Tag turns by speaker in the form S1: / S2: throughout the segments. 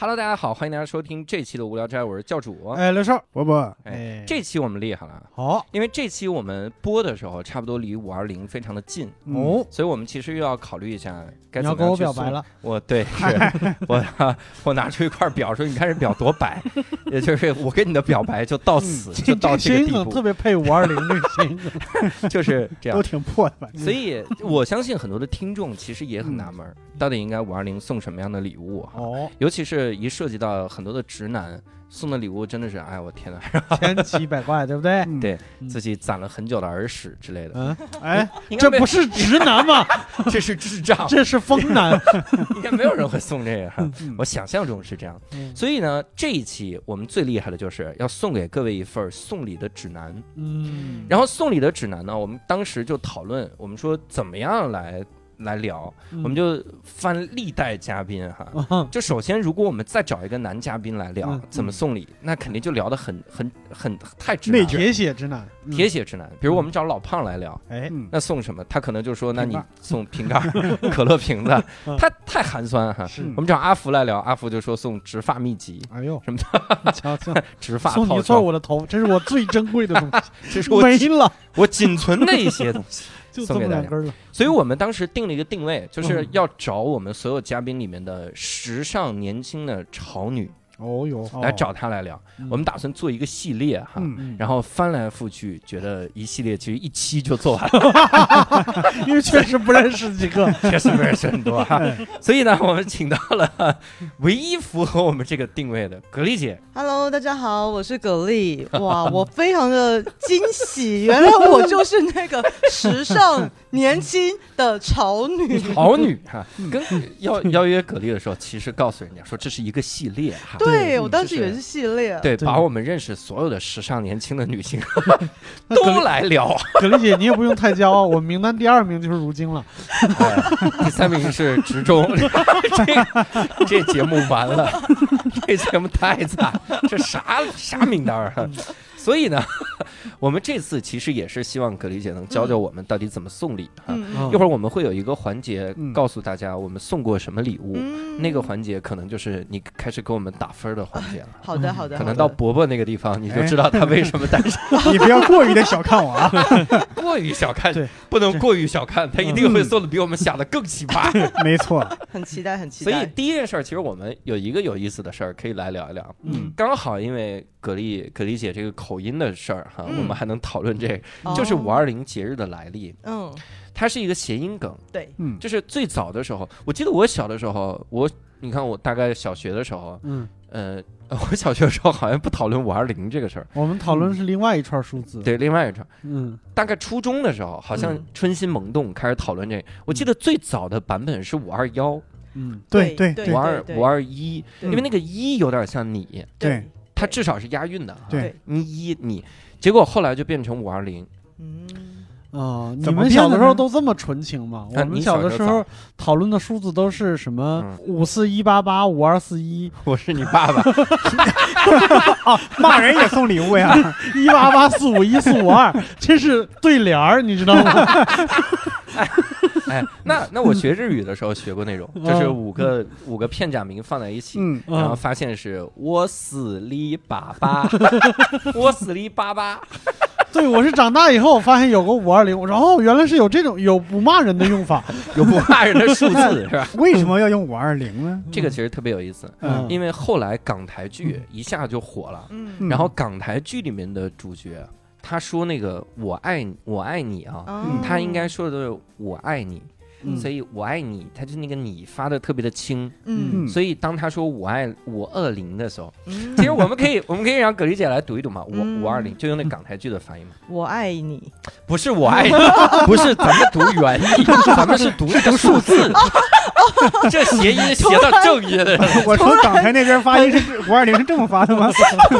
S1: Hello，大家好，欢迎大家收听这期的无聊斋，我是教主。
S2: 哎，刘少，伯伯，
S1: 哎，这期我们厉害了，
S2: 好
S1: 因为这期我们播的时候差不多离五二零非常的近，
S2: 哦，
S1: 所以我们其实又要考虑一下该怎
S3: 你要
S1: 么
S3: 跟
S1: 样
S3: 我
S1: 去
S3: 表
S1: 送
S3: 白了，
S1: 我对， 是我 我拿出一块表说，你看这表多白， 也就是我跟你的表白就到
S3: 嗯
S1: 此，就到这
S3: 谐
S1: 个
S3: 音
S1: 地
S3: 梗特
S1: 步，
S3: 别配五二零这个谐音梗。
S1: 就是这样
S2: 都。挺破的吧？
S1: 所以我相信很多的听众其实也很纳闷儿，到底应该五二零送什么样的礼物啊？
S3: 嗯哦，
S1: 尤其是一涉及到很多的直男送的礼物，真的是哎我天哪，
S3: 嗯千奇百怪，对不对？
S2: 嗯
S1: 对自己攒了很久的耳屎之类的，
S3: 嗯，
S2: 哎，
S1: 应该
S3: 这
S1: 没
S3: 不是直 男吗？
S1: 这是智障，
S3: 这嗯是疯男。
S1: 应该没有人会送这个。我想象中是这样，
S3: 嗯
S1: 所以呢，这一期我们最厉害的就是要送给各位一份儿送礼的指南。
S3: 嗯，
S1: 然后送礼的指南呢，我们当时就讨论，我们说怎么样来来聊，
S3: 嗯
S1: 我们就翻历代嘉宾哈。
S3: 啊
S1: 就首先，如果我们再找一个男嘉宾来聊
S3: 嗯
S1: 怎么送礼，那肯定就聊得很很很太直男
S3: 内
S1: 了，
S3: 铁血直男，嗯
S1: 铁血直男。比如我们找老胖来聊，
S3: 哎，
S2: 嗯，
S1: 那送什么？他可能就说，那
S2: 瓶
S1: 你
S2: 盖
S1: 送瓶盖儿、可乐瓶子
S3: 嗯，
S1: 他太寒酸哈。
S3: 是
S2: 嗯
S1: 我们找阿福来聊，阿福就说送直发秘籍、
S3: 哎呦，
S1: 什么
S3: 的，瞧瞧，
S1: 直发
S3: 送你
S1: 套
S3: 一撮
S1: 装，
S3: 我的头，这是我最珍贵的东西，
S1: 这 是我
S3: 没了，
S1: 我仅存的一些东西。
S3: 就这么两根了。
S1: 所以我们当时定了一个定位，就是
S3: 嗯
S1: 要找我们所有嘉宾里面的时尚年轻的潮女
S3: 哦呦，
S1: 来找她来聊。
S3: 嗯
S1: 我们打算做一个系列哈，
S2: 嗯，
S3: 嗯
S1: 然后翻来覆去，觉得一系列其实一期就做完了，
S3: 因为确实不认识 几个，
S1: 确实不是很多哈。所以呢，我们请到了 唯一符合我们这个定位的格力姐。
S4: Hello，大家好，我是葛丽。哇，我非常的惊喜， 原来我就是那个时尚年轻的 潮女。
S1: 潮女哈，
S3: 嗯
S1: 跟邀邀约葛力的时候，其实告诉人家说这是一个系列哈，
S4: 对，我当时
S1: 是啊
S4: 以为是系列。
S1: 对，
S3: 对
S1: 把我们认识所有的时尚年轻的女性
S3: 那葛
S1: 都
S3: 丽
S1: 来聊，
S3: 葛丽姐，你也不用太骄傲，我名单第二名就是如今了。
S1: 第三名是职中， 这这节目完了， 这节目太惨，这啥啥名单儿啊？所以呢， 我们这次其实也是希望葛丽姐能教教我们到底怎么送礼啊。
S4: 嗯，
S3: 嗯
S1: 一会儿我们会有一个环节
S2: 嗯
S1: 告诉大家我们送过什么礼物，
S4: 嗯
S1: 那个环节可能就是你开始给我们打分儿的环节了。
S4: 好的好的，
S1: 嗯可能
S4: 好
S1: 到
S4: 的
S1: 伯伯那个地方，你就知道他为什么单身，
S2: 你不要过于的小看我啊，
S1: 过于小看
S3: 对，
S1: 不能
S3: 这
S1: 过于小看，他一定会送的比我们想的更奇葩。
S2: 没错，
S4: 很期待很期
S1: 所以
S4: 待。
S1: 第一件事儿，其实我们有一个有意思的事儿可以来聊一聊。
S3: 嗯，
S1: 刚好因为葛丽葛丽姐这个口音的事儿哈，
S4: 嗯
S1: 我们还能讨论这个，
S4: 哦
S1: 就是五二零节日的来历，
S4: 嗯，
S1: 它是一个谐音梗。
S4: 对，
S2: 嗯，
S1: 就是最早的时候，我记得我小的时候，我你看我大概小学的时候，
S3: 嗯，
S1: 呃， 我小学的时候好像不讨论五二零这个事儿。
S3: 我们讨论是另外一串数字。，
S1: 嗯对，另外一种，
S3: 嗯，
S1: 大概初中的时候，好像
S3: 嗯
S1: 春心萌动开始讨论这
S4: 嗯
S1: 个。我记得最早的版本是五二幺、
S3: 嗯，
S2: 对
S4: 对嗯
S2: 对
S1: 五二
S4: 对
S1: 五二一，
S4: 对
S1: 因为那个一有点像你，
S2: 对，
S1: 它至少是押韵的哈。
S2: 对
S1: 你一你，结果后来就变成五二零，
S4: 嗯，
S3: 啊，你
S2: 怎么
S3: 们
S2: 变
S3: 小
S2: 的
S3: 的时候
S2: 呢
S3: 都这么纯情吗？
S1: 啊
S3: 我们
S1: 你
S3: 小
S1: 小
S3: 的
S1: 时
S3: 时
S1: 候
S3: 候讨论的数字都是什么
S1: 嗯
S3: 五四一八八、五二四一、
S1: 我是你爸爸，
S2: 骂人也送礼物呀，
S3: 一八八四五一四五二，这是对联儿，你知道 吗？
S1: 哎，那那我学日语的时候学过那种，就是
S3: 哦
S1: 五个五个片假名放在一起，
S2: 嗯，
S1: 然后
S3: 啊，
S1: 发现是我死里粑粑，我死里粑粑，
S3: 对，我是长大以后发现有个五二零，我说哦，原来是有这种有不骂人的用法。
S1: 有 不骂人的数字是吧？
S2: 为什么要用五二零呢？
S1: 这个其实特别有意思，
S3: 嗯，
S1: 因为后来港台剧一下就火了，
S4: 嗯，
S1: 然后港台剧里面的主角他说那个我爱你我爱你啊，
S4: 哦
S1: 他应该说的都是我爱你，
S3: 嗯
S1: 所以我爱你，他就那个你发的特别的轻。
S4: 嗯
S2: 嗯
S1: 所以当他说“我爱我二零”的 时候，
S4: 嗯
S1: 其实我们可以，我们可以让葛丽姐来读一读嘛，“我
S4: 嗯
S1: 五二零”就用那港台剧的 发音嘛，
S4: 我爱你，
S1: 哦不是我爱你，不是咱们读原意，咱们是读那个数字，这谐音写到正音 了，
S2: 我从港台那边发音是五二零是这么发的吗？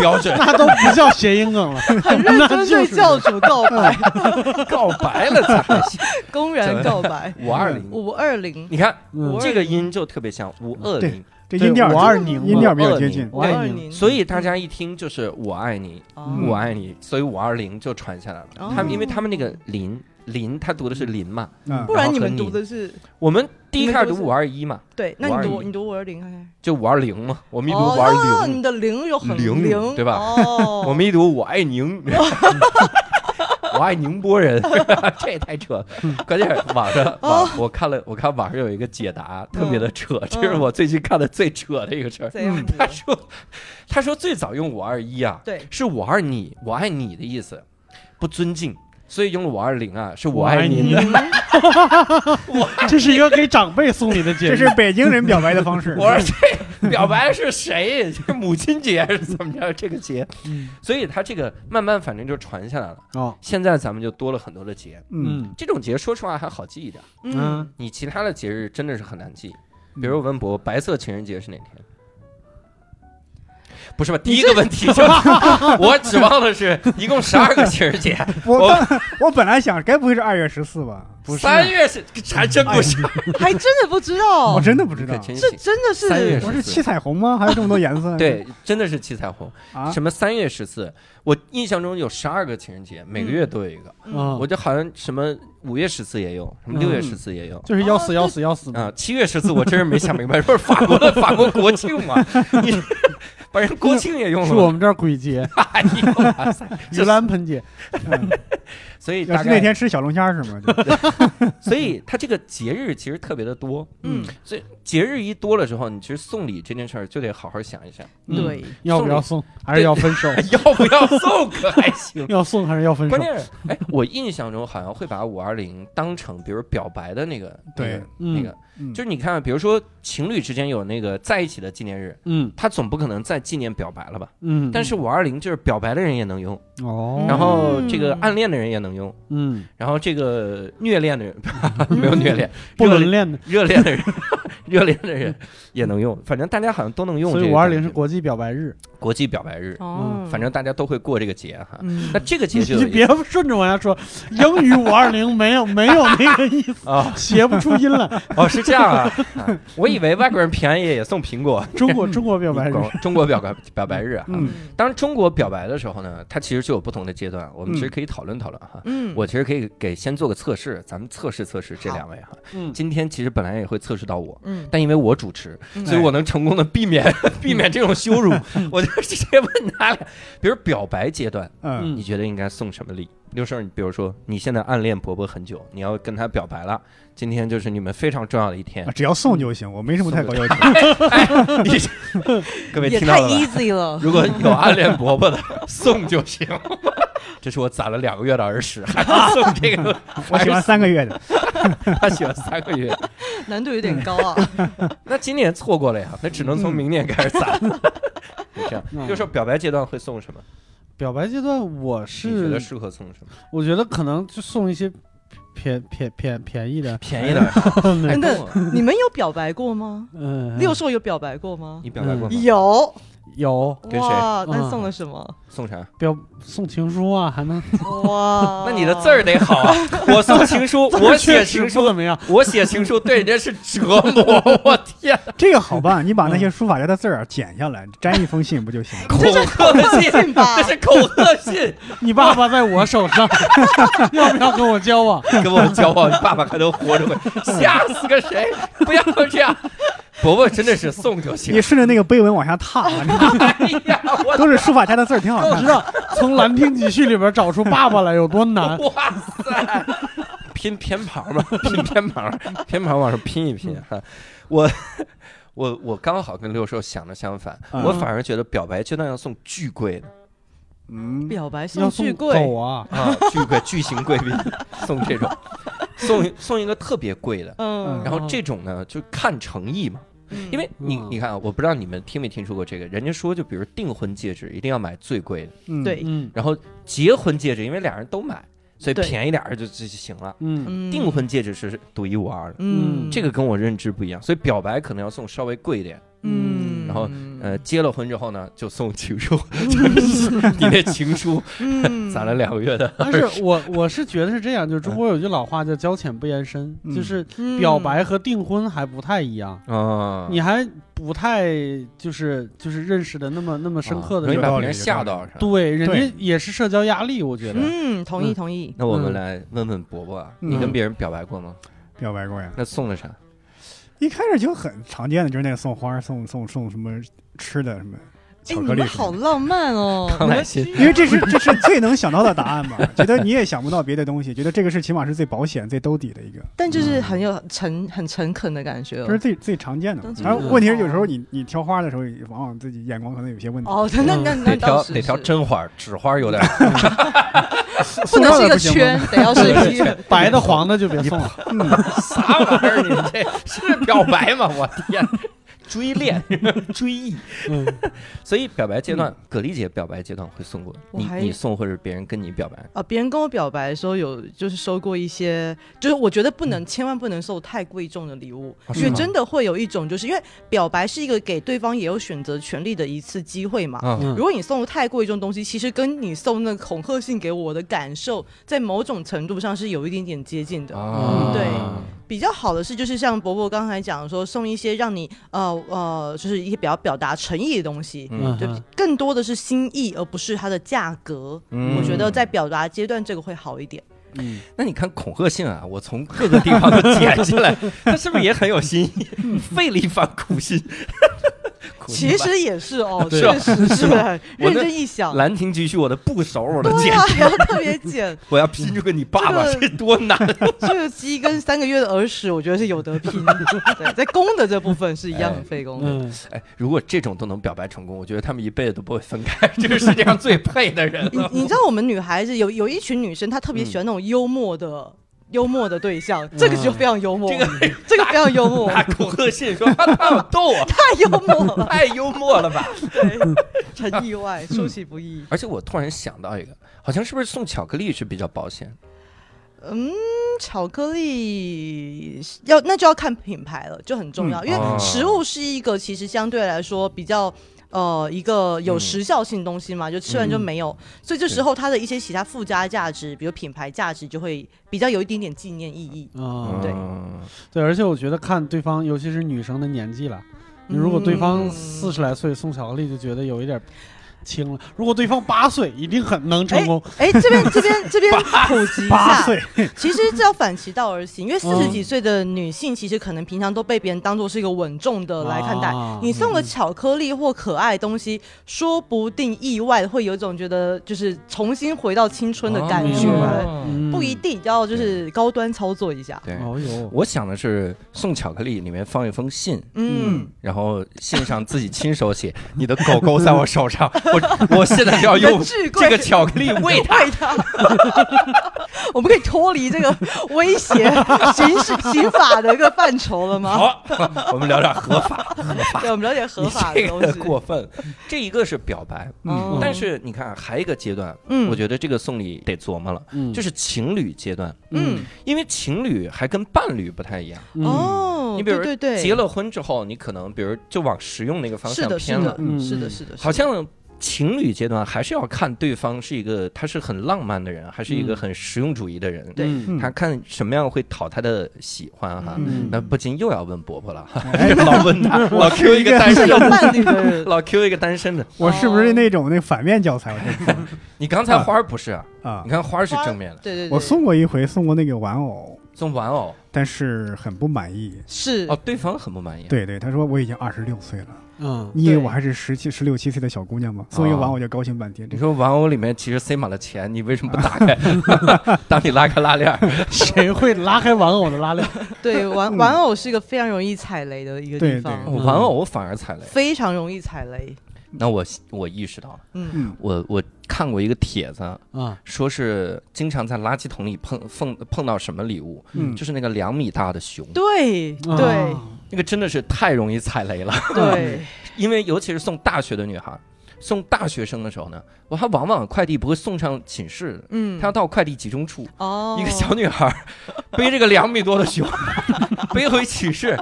S1: 标准
S3: 那都不叫谐音梗了，
S4: 很认真对教主告 白，
S1: 告白了才行。
S4: 公然告白。
S1: 五二零，
S4: 五二零
S1: 你看
S3: 嗯
S1: 这个音就特别像五二零
S2: 对，这 音调
S3: 对五二零嘛
S2: 音调比较接近。
S3: 我爱
S4: 你，
S3: 你
S1: 所以大家一听就是我爱你，
S4: 嗯
S1: 我爱你，所以五二零就传下来了。
S4: 哦
S1: 他们因为他们那个林林，他读的是林嘛，
S2: 嗯
S4: 不然你们读的是
S1: 我们第一开始读
S4: 你们都是
S1: 五二一嘛，
S4: 对，那你
S1: 520
S4: 读你读五二零看看。
S1: 就五二零嘛，我们一读
S4: 哦
S1: 五二
S4: 哦，你
S1: 零，
S4: 的零有很
S1: 零
S4: 零
S1: 对吧，
S4: 哦
S1: 我们一读我爱 宁，我爱宁波人， 这也太扯了。关键是网上
S4: 哦
S1: 网我看了，我看网上有一个解答，特别的扯，
S4: 嗯
S1: 这是我最近看的最扯的一个事儿。
S4: 这样子
S1: 他说，他说最早用五二一啊，
S4: 对
S1: 是我爱你，我爱你的意思，不尊敬，所以用了五二零啊，是
S3: 我
S1: 我爱
S3: 爱
S1: 您
S3: 你
S1: 的。
S4: 嗯
S3: 这是一个给长辈送礼的节
S2: 这
S3: 日
S2: 是。北京人表白的方式。
S1: 我说这表白是谁？这母亲节还是怎么着？这个节，
S3: 嗯
S1: 所以他这个慢慢反正就传下来了。
S3: 哦，
S1: 现在咱们就多了很多的节，
S2: 嗯，
S1: 这种节说实话还好记一点，
S4: 嗯，
S1: 你其他的节日真的是很难记。
S2: 嗯
S1: 比如我问博，白色情人节是哪天？不是吧？第一个问题 就是我指望的是一共十二个情人节，
S2: 我本我本来想，该不会是二月十四吧？ 不是，哎
S1: 三月是还真不是，
S4: 还真的不知 道
S2: 我，真的不知道
S1: 可。真
S4: 这
S1: 行。
S4: 真的
S1: 三月
S4: 是
S2: 我是七彩虹吗？还有这么多颜色？
S1: 对，真的是七彩虹。
S2: 啊，
S1: 什么三月十四，我印象中有十二个情人节，每个月都有一
S2: 嗯
S1: 个。
S4: 嗯
S3: 啊
S1: 我，就好像什么五月十四也有，什么六月十四也有。
S3: 就是
S2: 哦
S3: 要死要死要死嘛
S1: 啊，七月十四我真是没想明白，不是法国的法国国庆 吗？你 把人国庆也用
S3: 是
S1: 了
S3: 我
S1: 吗，
S3: 们这儿鬼节，
S1: 哎呦哇塞！
S3: 盂兰盆节。
S1: 所以
S2: 要
S1: 大
S2: 是那
S1: 概，
S2: 天吃小龙虾是吗？
S1: 所以它这个节日其实特别的多，
S4: 嗯，
S1: 所以节日一多了之后，你其实送礼这件事儿就得好好想一想，
S3: 嗯
S4: 对，
S3: 要不要送，还是要分手？
S1: 要不要送可还行。
S3: 要送还是要
S2: 嗯
S3: 分手
S1: 关？键是，哎，我印象中好像会把五二零当成，比如表白的那个，
S2: 对
S1: 那个，那个
S3: 嗯
S2: 嗯
S1: 就是你看，比如说情侣之间有那个在一起的纪念日，
S3: 嗯
S1: 他总不可能再纪念表白了吧？
S3: 嗯，
S1: 但是五二零就是表白的人也能用，
S3: 哦，
S1: 然后这个
S4: 嗯
S1: 暗恋的人也能用，
S3: 嗯，
S1: 然后这个虐恋的人 没有
S4: 嗯
S1: 虐恋，
S3: 不
S1: 热
S3: 伦
S1: 恋
S3: 恋的，
S1: 热恋的人 热恋的人也能用，反正大家好像都能用这个东
S3: 所以
S1: 西。
S3: 五二零是国际表 白日。
S1: 国际表白日，
S4: 哦，
S1: 嗯反正大家都会过这个节哈。
S4: 嗯
S1: 那这个节
S3: 你
S1: 就有
S3: 就别顺着往下说，英语五二零没有没有那个意思，
S1: 啊
S3: 写不出音来。
S1: 哦是这样啊， 啊我以为外国人便宜也送苹果，
S3: 中国中国表 白日，
S1: 广 中国表白表白日啊。
S2: 嗯
S1: 当中国表白的时候呢，它其实就有不同的阶段，我们
S2: 嗯
S1: 其实可以讨论讨论哈。
S4: 嗯，
S1: 我其实可以给先做个测试，咱们测试测试这两位哈。
S3: 嗯，
S1: 今天其实本来也会测试到我，
S4: 嗯，
S1: 但因为我主持，
S4: 嗯
S1: 所以我能成功的避免 避免这种羞辱， 我就直接问他俩，比如表白阶段，
S2: 嗯
S3: 嗯
S1: 你觉得应该送什么礼？刘胜，你比如说你现在暗恋伯伯很久，你要跟他表白了，今天就是你们非常重要的一天
S2: 啊，。只要送就行，我没什么太高要求。
S1: 你 各位
S4: 也
S1: 听到
S4: 太
S1: 了吧？
S4: easy 了，
S1: 如果有暗恋伯伯的， 送就行。 这是我攒了两个月的耳屎，还要送这个，
S2: 我喜欢三个月的，
S1: 他喜欢三个月。
S4: 难度有
S1: 嗯
S4: 点 高啊。
S1: 那今年错过了呀，那只能从明年开始 攒。就这样，
S3: 嗯
S1: 就是表白阶段会送什么？
S3: 表白阶段我
S1: 你觉得
S3: 是
S1: 适合送什么？
S3: 我觉得可能就送一些便便便便宜 的，
S1: 便宜的，
S3: 哎
S4: 真的，你们有表白过吗？
S3: 嗯，
S4: 六兽有表白过吗？
S1: 你表白过吗？
S4: 有
S3: 呃有
S1: 跟谁
S4: 哇，
S3: 嗯
S4: 那送了什么？
S1: 送啥？
S3: 表送情书啊，还能
S4: 哇，
S1: 那你的字儿得好啊！ 我送情书， 我写
S3: 确实
S1: 情
S3: 不
S1: 书，
S3: 怎么样，
S1: 我写情书对人家是折 磨。我天，
S2: 这个好办，你把那些书法家的字儿剪下来，粘一封信不就行 了？
S1: 恐吓 信，
S4: 信吧
S1: 这是恐吓 信。
S3: 你爸爸在我手上， 要不要跟我交往？
S1: 跟我交往，你爸爸还能活着吗？吓死个谁！不要这样，伯伯真的是送就行
S2: 你。顺着那个碑文往下踏，
S1: 哎呀，我
S2: 都是书法家的字儿，挺好
S3: 我
S2: 看
S3: 知。道从《兰亭集序》里边找出爸爸来有多 难。
S1: 哇塞，啊拼偏旁吧，拼偏旁，偏旁往上拼一拼哈。我我我刚好跟六兽想的相反，
S2: 嗯
S1: 我反而觉得表白阶段要送巨贵的
S2: 嗯，
S4: 表白送
S3: 要
S4: 巨
S3: 送
S4: 贵
S3: 狗啊，
S1: 啊，巨贵巨型贵宾送这种，送一送一个特别贵的。
S4: 嗯，
S1: 然后这种呢，就看诚意嘛，
S4: 嗯
S1: 因为你
S3: 嗯
S1: 你看啊，我不知道你们听没听说过这个，人家说就比如订婚戒指一定要买最贵的，
S2: 嗯
S4: 对
S3: 嗯，
S1: 然后结婚戒指，因为俩人都买，所以
S4: 对
S1: 便宜点儿就就就行了。
S3: 嗯
S4: 嗯
S1: 订婚戒指是独一无二的，
S4: 嗯，
S1: 这个跟我认知不一样，所以表白可能要送稍微贵一点。
S4: 嗯，
S1: 然后呃，结了婚之后呢，就送情 书，就是你那情书
S4: 嗯，
S1: 攒了两个月的，
S3: 但是我我是觉得是这样，就是中国有句老话叫“交浅不言深”，
S2: 嗯
S3: 就是
S4: 嗯
S3: 表白和订婚还不太一样，
S2: 嗯
S1: 啊，
S3: 你还不太就是就是认识的那么那么深刻的
S1: 容易
S3: 人。
S1: 把别人哦吓到是吧？
S3: 对，人
S2: 嗯对
S3: 家也是社交压力，我觉得。
S4: 嗯，同意同意，
S1: 那我们来问问伯伯啊，
S2: 嗯
S1: 你跟别人表白过吗？
S2: 表白过呀。
S1: 那送了啥？
S2: 一开始就很常见的，就是那个送花、送送送什么吃的什么
S4: 哎，
S2: 巧
S4: 你
S2: 克力
S4: 们
S2: 什么
S4: 好浪漫哦，
S1: 康乃馨
S4: 你们居
S2: 因
S4: 然
S2: 为这是这是最能想到的答案嘛，觉得你也想不到别的东西，觉得这个是起码是最保险、最兜底的一个，
S4: 但
S1: 嗯
S4: 就是很有诚很诚恳的感觉哦
S2: 这是最最常见的嘛
S4: 都。是
S2: 然后
S1: 嗯
S2: 问题是有时候你你挑花的时候，往往自己眼光可能有些问题。
S4: 哦，那那那
S1: 得
S4: 倒
S1: 挑
S4: 是
S1: 得挑
S4: 是
S1: 真花儿，纸花儿有点儿。
S4: 不能是一个圈，得要是一个
S3: 白的黄的就别送了，
S1: 啥玩意儿？你这是表白 吗？我天，追恋追忆。
S3: 嗯，
S1: 所以表白阶段，葛丽姐表白阶段会送过
S4: 嗯我
S1: 你，
S4: 还
S1: 你送或者别人跟你表白。
S4: 啊，别人跟我表白的时候有就是收过一些，就是我觉得不能、千万不能送太贵重的礼物，
S1: 嗯啊
S4: 因
S1: 是
S4: 为
S1: 吗
S4: 真的会有一种就是因为表白是一个给对方也有选择权利的一次机会嘛。
S1: 啊
S3: 嗯
S4: 如果你送太贵重东西，其实跟你送那个恐吓信给我的感受，在某种程度上是有一点点接近的。嗯
S1: 啊，
S4: 对比较好的是，就是像伯伯刚才讲说，送一些让你呃呃，就是一些比较表达诚意的东西，
S1: 嗯
S4: 对，更多的是心意，而不是它的价格。
S1: 嗯
S4: 我觉得在表达阶段这个会好一点。
S3: 嗯，
S1: 那你看恐吓信啊，我从各个地方都捡起 来，他是不是也很有新
S4: 嗯
S1: 意？费了一番苦 心。苦心
S4: 其
S1: 吧
S4: 实也 是哦，
S1: 啊是吧
S4: 确实是的。
S1: 我那
S4: 认真一想，
S1: 兰亭集序我都不熟，我都
S4: 啊对
S1: 捡
S4: 啊，，还要特别剪
S1: 我要拼这个你爸爸，
S4: 这
S1: 这多难！
S4: 这个鸡跟三个月的耳屎，我觉得是有得拼。对，在公的这部分是一样很费工的。
S3: 嗯，
S1: 哎，如果这种都能表白成功，我觉得他们一辈子都不会分开，这个世界上最配的 人
S4: 你
S1: 了。
S4: 你知道我们女孩子有有一群女生，她特
S1: 嗯
S4: 别喜欢那种幽默的。幽默的对象，这个就非常幽默，
S1: 这个
S4: 这个非常幽默，
S1: 拿恐吓信说他他好逗啊，
S4: 太幽默了，
S1: 太幽默了吧！
S4: 对，很意外，出其不意。
S1: 而且我突然想到一个，好像是不是送巧克力是比较保险？
S4: 嗯，巧克力是要那就要看品牌了，就很重要，因
S1: 哦
S4: 为食物是一个其实相对来说比较。呃，一个有
S1: 嗯
S4: 时效性的东西嘛，就吃完就没有，所以这时候它的一些其他附加价值，比如品牌价值，就会比较有一点点纪念意义。
S3: 啊，
S4: 对
S1: 嗯
S3: 对，而且我觉得看对方，尤其是女生的年纪了，你如果对
S4: 嗯
S3: 方四十来岁送巧克力，就觉得有一点轻了；如果对方八岁，一定很能成功。
S4: 哎，这边这边这边普及一
S2: 八
S4: 下，
S2: 岁，
S4: 其实这要反其道而行，因为四十几岁的女性，其实可能平常都被别人当做是一个稳重的来看待
S3: 啊。
S4: 你送个巧克力或可爱的东西，说不定意外会有一种觉得就是重新回到青春的感觉
S3: 明白，
S1: 哦
S3: 嗯
S4: 哎不一。定要就是高端操作一下。
S1: 对，
S3: 哦呦，
S1: 我想的是送巧克力里面放一封信，
S4: 嗯，
S1: 然后信上自己亲手写“你的狗狗在我手上”，我我现在就要用
S4: 你的智慧
S1: 啊这个巧克力喂它。
S4: 爱他， 我们可以脱离这个威胁 刑事刑法的一个范畴了吗？
S1: 好，我们聊点合法。
S4: 对，我们了解合
S1: 你
S4: 法的
S1: 这
S4: 东
S1: 个
S4: 西。
S1: 过嗯分，这一个是表白，
S4: 哦
S1: 但是你看还有一个阶段，
S4: 嗯
S1: 我觉得这个送礼得琢磨了，
S3: 嗯
S1: 就是情侣阶段，
S4: 嗯
S1: 因为情侣还跟伴侣不太一样。
S3: 嗯
S4: 哦，
S1: 你比如
S4: 对对对
S1: 结了婚之后，你可能比如就往实用那个方
S4: 是
S1: 向
S4: 的，是
S1: 偏
S4: 的
S1: 了，，
S3: 嗯
S4: 是的，
S3: 嗯
S4: 是的，是
S1: 好
S4: 的
S1: 像。情侣阶段还是要看对方是一个他是很浪漫的人，还是一个
S3: 嗯
S1: 很实用主义的人，
S4: 对
S3: 嗯
S1: 他看什么样会讨他的喜欢哈。啊
S3: 嗯
S1: 那不禁又要问伯伯了，哈
S2: 哎
S1: 老问他，老 Q 一个单
S4: 是
S1: 身
S4: 有
S1: 的，
S4: 伴侣的人，
S1: 老 Q 一个单身的。
S2: 我是
S1: 哦
S2: 不是那种那反面教材？我这
S1: 你刚才花儿不是啊？
S2: 啊
S1: 你，看花儿是正面的，
S4: 对对对，
S2: 我送过一回，送过那个玩偶，
S1: 送玩偶
S2: 但是很不满意。
S4: 是
S1: 哦，对方很不满意。，
S2: 对对，他说我已经二十六岁了，
S3: 嗯，
S2: 你以为
S4: 对
S2: 我还是十七、十六七岁的小姑娘吗？送一个玩
S1: 哦
S2: 偶就高兴半天，这
S1: 你说玩偶里面其实塞满了钱，你为什么不打开？当你拉开 拉链儿，
S3: 谁会拉开玩偶的拉链？
S4: 对
S1: 嗯
S4: 玩玩偶是一个非常容易踩雷的一个
S2: 对
S4: 地方，
S2: 对
S1: 哦玩偶反而踩雷。
S4: 非常容易踩雷。
S1: 那我我意识到了，
S4: 嗯，
S2: 嗯，
S1: 我我看过一个帖子，
S3: 啊，
S1: 说是经常在垃圾桶里碰碰碰到什么礼物，
S2: 嗯
S1: 就是那个两米大的熊，
S4: 对 对
S3: 啊
S1: 那个真的是太容易踩雷了。
S4: 对，
S1: 因为尤其是送大学的女孩，送大学生的时候呢，我还往往快递不会送上寝室，
S4: 嗯，
S1: 他要到快递集中处。
S4: 哦，
S1: 一个小女孩儿背着个两米多的熊， 背回寝室，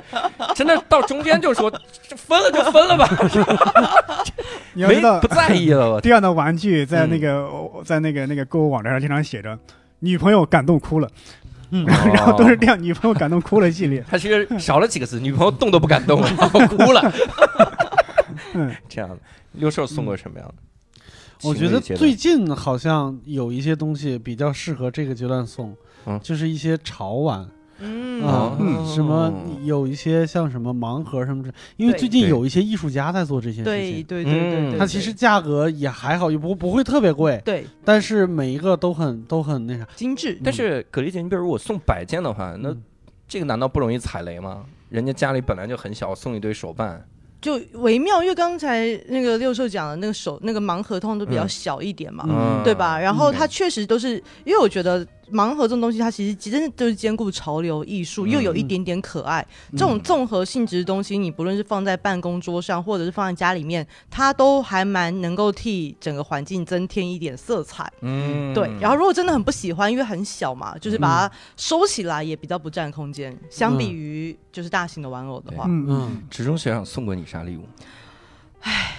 S1: 真的到中间就说这分了就分了吧，
S2: 你要
S1: 没
S2: 知道
S1: 不嗯在意 了。我
S2: 这样的玩具在那个、在那个那个购物网站上经常写着“女朋友感动哭了”，然
S1: 哦
S2: 后都是这样“女朋友感动哭 了”系列。
S1: 他其实少了几个字，女朋友动都不敢动， 然后哭了。
S2: 嗯，
S1: 这样的，六兽送过什么样的？
S3: 嗯我觉
S1: 情
S3: 得
S1: 侣阶段
S3: 最近好像有一些东西比较适合这个阶段送，
S1: 嗯
S3: 就是一些潮玩
S4: 嗯
S3: 啊，
S1: 嗯
S3: 什么有一些像什么盲盒什么之类，因为
S4: 对
S3: 最近
S1: 对
S3: 有一些艺术家在做这些事
S4: 对
S3: 情，
S4: 对对
S1: 嗯
S4: 对对，
S3: 它其实价格也还好，也不不会特别贵，
S4: 对
S3: 但是每一个都很都很那啥。
S4: 精致，
S1: 但是葛丽姐，你比如我送摆件的话，那
S3: 嗯
S1: 这个难道不容易踩雷吗？人家家里本来就很小，送一堆手办，
S4: 就微妙，因为刚才那个六兽讲的那个手那个盲盒通常都比较小一点嘛，
S3: 嗯
S4: 对吧？然后
S1: 嗯
S4: 它确实都是，因为我觉得盲盒这种东西，它其实真的就是兼顾潮流、艺术，
S1: 嗯
S4: 又有一点点可爱。这种综合性质的东西，你不论是放在办公桌上，或者是放在家里面，它都还蛮能够替整个环境增添一点色彩。
S1: 嗯，
S4: 对，然后如果真的很不喜欢，因为很小嘛，就是把它收起来也比较不占空间，相
S1: 嗯
S4: 比于就是大型的玩偶的
S1: 啊
S4: 话，
S2: 嗯，嗯
S3: 嗯，
S1: 职中学长送过你啥礼物？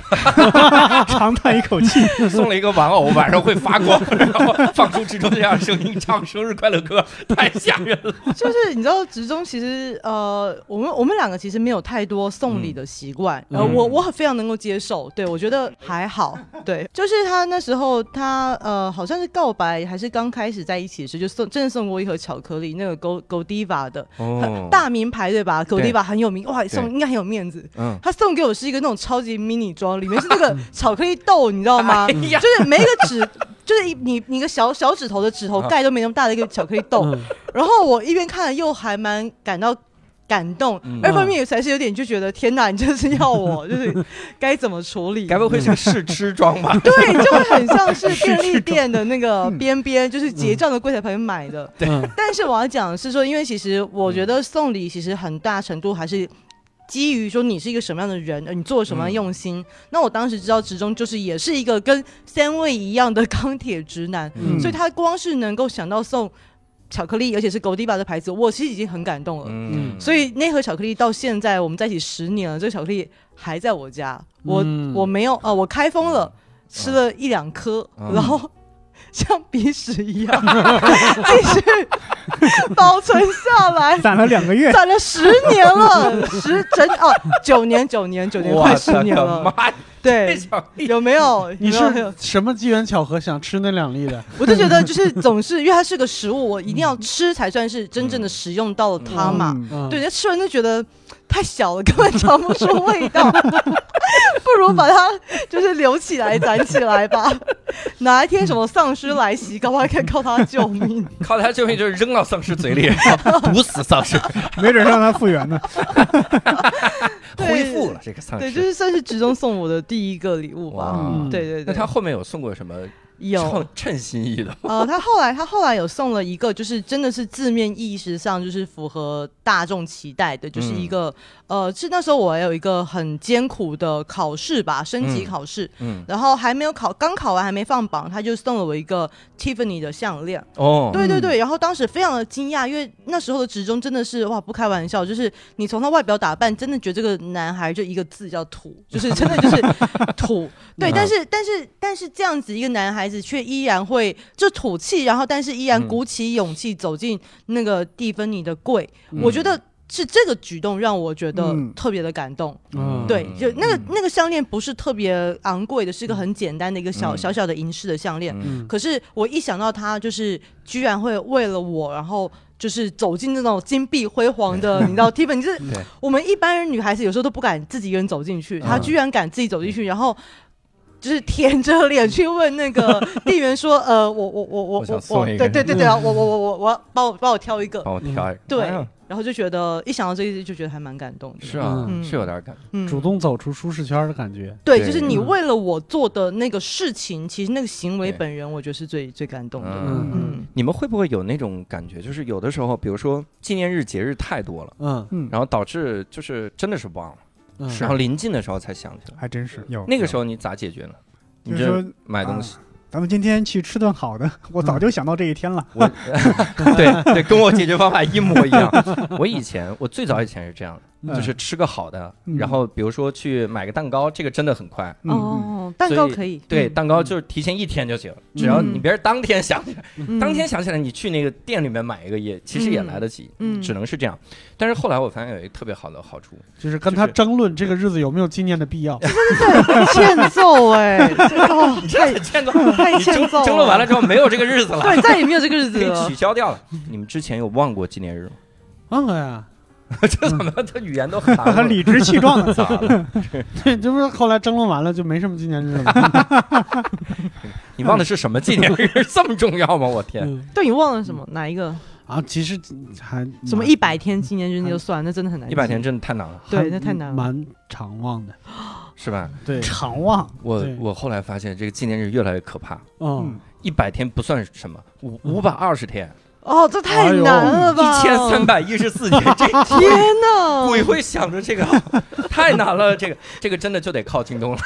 S2: 长叹一口气。
S1: 送了一个玩偶，晚上会发光， 然后放出蜘蛛这样的声音，唱生日快乐歌，太吓人了。
S4: 就是你知道，职中其实呃，我们我们两个其实没有太多送礼的习惯，
S3: 嗯
S4: 呃，
S1: 嗯
S4: 我我很非常能够接受，对我觉得还好，对，就是他那时候他呃好像是告白还是刚开始在一起的时候，就送真的送过一盒巧克力，那个 Go Godiva 的、
S3: 哦
S1: 哦
S4: 很大名牌对吧？Godiva 很有名，哇，送应该很有面子。
S1: 嗯，
S4: 他送给我是一个那种超级 mini 装，里面是 那个巧克力豆，你知道吗？
S1: 哎呀，
S4: 就是每一个指， 就是一你你一个小小指头的指头
S1: 啊
S4: 盖都没那么大的一个巧克力豆，
S3: 嗯
S4: 然后我一边看又还蛮感到感动，
S1: 嗯
S4: 二方面也才是有点就觉得天哪，你就是要我，就是该怎么处理？
S1: 该不会像试吃装吧？
S4: 对，就会很 像是便利店的那个
S1: 嗯
S4: 边边，就是结账的柜台旁边买的。
S3: 嗯
S4: 但是我要讲的是说，因为其实我
S1: 嗯
S4: 觉得送礼其实很大程度还是。基于说你是一个什么样的人，呃你做了什么样的
S1: 嗯
S4: 用心，那我当时知道职中就是也是一个跟三位一样的 钢铁直男，
S3: 嗯
S4: 所以他光是能够想到送巧克力，而且是 Godiva 的牌子，我其实已经很感动了。
S1: 嗯，
S4: 所以那盒巧克力到现在我们在一起十年了，这个巧克力还在我家，我、
S3: 嗯
S4: 我没有啊、呃我开封了，吃了一两颗，
S1: 嗯
S4: 然后像鼻屎一样继续保存下 来。
S2: 攒了两个月，
S4: 攒了十年了，十整哦，九年，九年，九年，
S1: 我
S4: 快十
S1: 的
S4: 年
S1: 个
S4: 了。哎
S1: 妈呀，这
S4: 对，
S1: 小
S4: 有没有？
S3: 你
S4: 有没有
S3: 是什么机缘巧合想吃那两粒 的？
S4: 我就觉得就是总是，因为它是个食物，我一定要吃才算是真正的食用到了它嘛。
S2: 嗯
S3: 嗯
S4: 对，人家吃完就觉得太小了，根本尝不出 味道，不如把它就是留起来、攒起来 吧。哪一天什么丧尸来袭，搞不好还可以靠它救命。
S1: 靠他救命就是扔到丧尸嘴里， 然后毒死丧尸，
S2: 没准让它复原呢。
S4: 对
S1: 恢复了这个丧
S4: 对，就
S1: 尸。
S4: 是算是职中送我的第一个礼物吧。
S1: 哇，
S3: 嗯
S4: 对对
S1: 那
S4: 对，
S1: 他后面有送过什么
S4: 有
S1: 称称心意的？
S4: 呃，他后来他后来有送了一个，就是真的是字面意识上就是符合大众期待的，就是一个、呃，是那时候我有一个很艰苦的考试吧，升级
S1: 嗯
S4: 考试，
S1: 嗯，
S4: 然后还没有考，刚考完还没放榜，他就送了我一个 Tiffany 的项链。
S1: 哦，
S4: 对对对，然后当时非常的惊讶，因为那时候的职中真的是哇，不开玩笑，就是你从他外表打扮，真的觉得这个男孩就一个字叫土，就是真的就是 土。对，
S1: 嗯
S4: 但是但是但是这样子一个男孩子却依然会就土气，然后但是依然
S1: 嗯
S4: 鼓起勇气走进那个蒂芬妮的柜，
S1: 嗯
S4: 我觉得。是这个举动让我觉得
S2: 嗯
S4: 特别的感动，
S3: 嗯
S4: 对，就那个
S1: 嗯
S4: 那个项链不是特别昂贵的，是一个很简单的一个小、
S1: 嗯
S4: 小小的银饰的项链。
S1: 嗯
S3: 嗯
S4: 可是我一想到他，就是居然会为了我，然后就是走进那种金碧辉煌的，你知道 Tiffany，就是
S1: 对
S4: 我们一般人女孩子有时候都不敢自己一个人走进去，她
S1: 嗯
S4: 居然敢自己走进去，然后。就是舔着脸去问那个店员说：“呃，我我我我
S1: 我想
S4: 我，
S1: 送一
S4: 对
S1: 个
S4: 对对对啊，我我我我我要帮我帮我挑一个，
S1: 帮我挑一个。
S4: 嗯对
S1: 哎呀，
S4: 然后就觉得一想到这一就觉得还蛮感动的，
S1: 是啊，
S4: 嗯
S1: 是有点感觉。
S4: 嗯
S3: 主动走出舒适圈的感觉。
S4: 对，
S1: 对
S4: 就是你
S3: 嗯
S4: 为了我做的那个事情，其实那个行为
S1: 对
S4: 本人，我觉得是最最感动的。
S1: 嗯
S4: 嗯，
S1: 你们会不会有那种感觉，就是有的时候，比如说纪念日、节日太多了，
S3: 嗯
S2: 嗯，
S1: 然后导致就是真的是忘了，
S3: 嗯，
S1: 然后临近的时候才想起来。
S2: 还真是有
S1: 那个时候你咋解决呢？
S2: 就
S1: 你
S2: 是
S1: 这
S2: 说啊
S1: 买东西，嗯
S2: 咱们今天去吃顿好的，我早就想到这一天了。
S1: 我 对 对，跟我解决方法一模一样。我以前我最早以前是这样
S4: 嗯
S1: 的，就是吃个好的，
S2: 嗯
S1: 然后比如说去买个蛋糕，这个真的很快。
S2: 嗯嗯
S4: 哦，蛋糕可以，
S1: 对，
S4: 嗯
S1: 蛋糕就是提前一天就行，只要你别是当天想起来，
S4: 嗯
S1: 当天想起来你去那个店里面买一个也其实也来得及，
S4: 嗯
S1: 只能是这样。但是后来我发现有一个特别好的好 处，
S3: 就是跟他
S1: 就是
S3: 争论这个日子有没有纪念的必要。
S4: 欠揍哎，哦，
S1: 你
S4: 太
S1: 这欠揍，
S4: 太
S1: 你争
S4: 欠揍了，
S1: 争论完了之后没有这个日子了，
S4: 对，啊再也没有这个日
S1: 可
S4: 子
S1: 以
S4: 了
S1: 取。消掉了。你们之前有忘过纪念日吗？
S3: 忘了嗯哎呀，
S1: 这怎么
S4: 嗯
S1: 这语言都很
S2: 他
S1: 难？
S2: 嗯 理直气 壮的，
S1: 咋了？
S3: 对，这不是后来争论完了就没什么纪念日了吗？
S1: 你忘的是什么纪念日？这么重要吗？我天！
S3: 嗯
S4: 对你忘了什么？哪一个？
S1: 嗯
S3: 啊，其实还
S4: 什么
S3: 蛮
S4: 一百天纪念日那就算，那真的很难记。
S1: 一百天真的太难了，
S3: 还
S4: 对，那太难了。
S3: 蛮常忘的。
S1: 是吧？
S3: 对，
S2: 常忘。
S1: 我
S3: 对
S1: 我后来发现这个纪念日越来越可怕。
S3: 嗯，
S1: 一百天不算什么，五五百二十天，
S4: 哦，这太难了吧！
S1: 哎一千三，百一十四天，这
S4: 天 哪！
S1: 鬼会想着这个，太难了，这个这个真的就得靠京东了。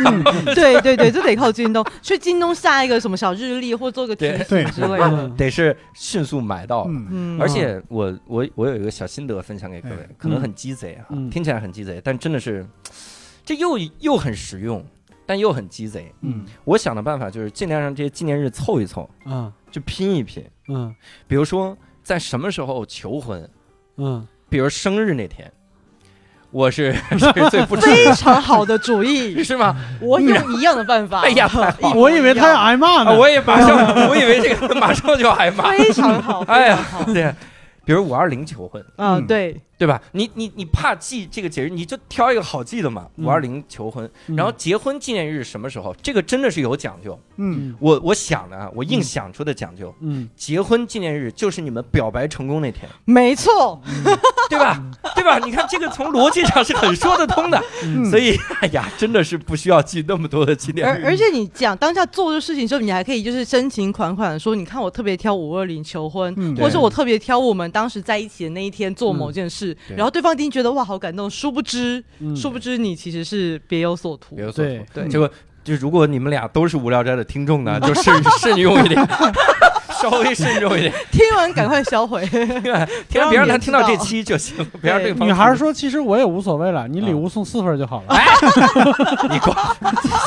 S4: 对对对，这得靠京东，去京东下一个什么小日历，或做个提
S1: 对
S4: 醒
S2: 对
S4: 之类的。
S3: 嗯
S1: 得是迅速买到。
S2: 嗯，
S4: 嗯，
S1: 而且我我我有一个小心得分享给各位，可能很鸡贼啊，
S3: 嗯
S1: 听起来很鸡贼，但真的是，这又又很实用，但又很鸡贼。
S3: 嗯
S1: 我想的办法就是尽量让这些纪念日凑一凑，
S3: 啊
S1: 就拼一拼。
S3: 嗯
S1: 比如说在什么时候求婚，
S3: 嗯，
S1: 比如生日那天，我是 是最不值
S4: 非常好的主意
S1: 得，，是吗？
S4: 我用一样的办法。
S1: 哎 呀，太好了
S3: 我以为他要挨骂
S1: 啊
S3: 呢。
S1: 我也马 上，我以为这个马上就挨骂。
S4: 非常好，
S1: 哎呀
S4: 哎呀，好
S1: 对，比如五二零求婚，
S4: 啊，
S2: 嗯
S4: 对，
S1: 对吧？你你你怕记这个节日，你就挑一个好记的嘛。
S3: 嗯
S1: 五二零求婚，
S3: 嗯
S1: 然后结婚纪念日什么时候？这个真的是有讲究。
S2: 嗯
S3: 嗯
S1: 我我想的啊，我硬
S3: 嗯
S1: 想出的讲究。
S3: 嗯
S1: 结婚纪念日就是你们表白成功那天，
S4: 没错，
S1: 对吧？对吧？你看这个从逻辑上是很说得通的，
S2: 嗯
S1: 所以哎呀，真的是不需要记那么多的纪念
S4: 而
S1: 日。
S4: 而且你讲当下做这事情之后，你还可以就是深情款款的说，你看我特别挑五二零求婚，
S2: 嗯
S4: 或者
S1: 对
S4: 是我特别挑我们当时在一起的那一天做某件事，
S1: 对
S4: 然后对方一定觉得哇好感动，殊不知、
S3: 嗯
S4: 殊不知你其实是别有所图
S1: 比。如说，
S3: 对
S1: 对，结果就如果你们俩都是无聊斋的听众呢，就慎慎用一点，稍微慎重一点，
S4: 听完赶快销毁，
S1: 听别让他听到这期就行，别让对方。
S3: 女孩，说：“其实我也无所谓了，你礼物送四份就好了。
S1: 哎，你过，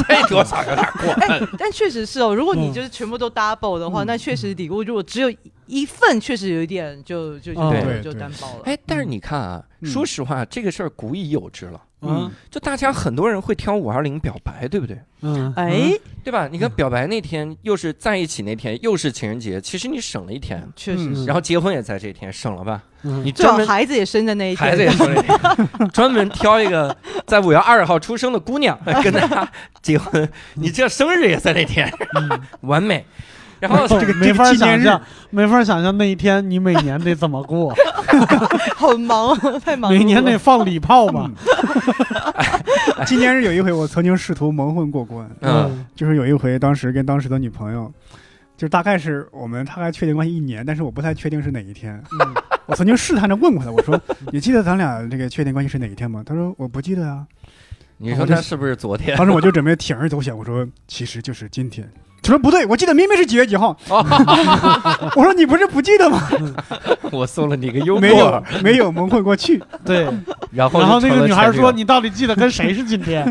S1: 这多少有点过分。
S4: 但确实是哦，如果你
S3: 嗯
S4: 就是全部都 double 的话，
S3: 嗯
S4: 那确实礼物如果只有一份，确实有一点就就就
S3: 哦
S1: 对
S4: 就
S2: 对
S4: 单薄了。
S1: 哎，但是你看啊，
S2: 嗯
S1: 说实话，这个事儿古已有之了。
S3: 嗯”
S1: 就大家很多人会挑五二零表白，对不对？
S3: 嗯嗯，
S4: 哎，
S1: 对吧？你看表白那天，又是在一起那天，又是情人节，其实你省了一天，
S4: 确实
S3: 嗯
S4: 是，
S1: 然后结婚也在这一天，省了吧？
S3: 嗯
S1: 你
S4: 最好
S1: 专门
S4: 孩子也生在那一天，
S1: 孩子也说了一点，专门挑一个在五月二号出生的姑娘跟她结婚，你这生日也在那天， 完美。然后
S3: 这个没法
S2: 纪念
S3: 想
S2: 日
S3: 象，没法想象那一天你每年得怎么过，
S4: 好忙，啊太忙碌了。
S3: 每年得 放礼炮 吧？
S2: 纪念日有一回，我曾经试图蒙混过关，
S1: 嗯，
S2: 就是有一回，当时跟当时的女朋友，就大概是我们大概确定关系一年，但是我不太确定是哪一天。
S3: 嗯
S2: 我曾经试探着问过她，我说：“ 你记得咱俩这个确定关系是哪一天吗？”她说：“我不记得啊。
S1: 你说他是不是昨” 天？
S2: 当时我就准备铤而走险，我说：“其实就是今天。”她说：“不对，我记得明明是几月 几号。”我说：“你不是不记得吗
S1: 我送了你个幽？”
S2: 没有
S1: 默，，
S2: 没有蒙混过去。
S3: 嗯对。
S1: 然后
S3: 然后
S1: 就
S3: 那
S1: 成
S3: 个
S1: 了
S3: 女孩
S1: 前女
S3: 说：“
S1: 友
S3: 你到底记得跟谁是今天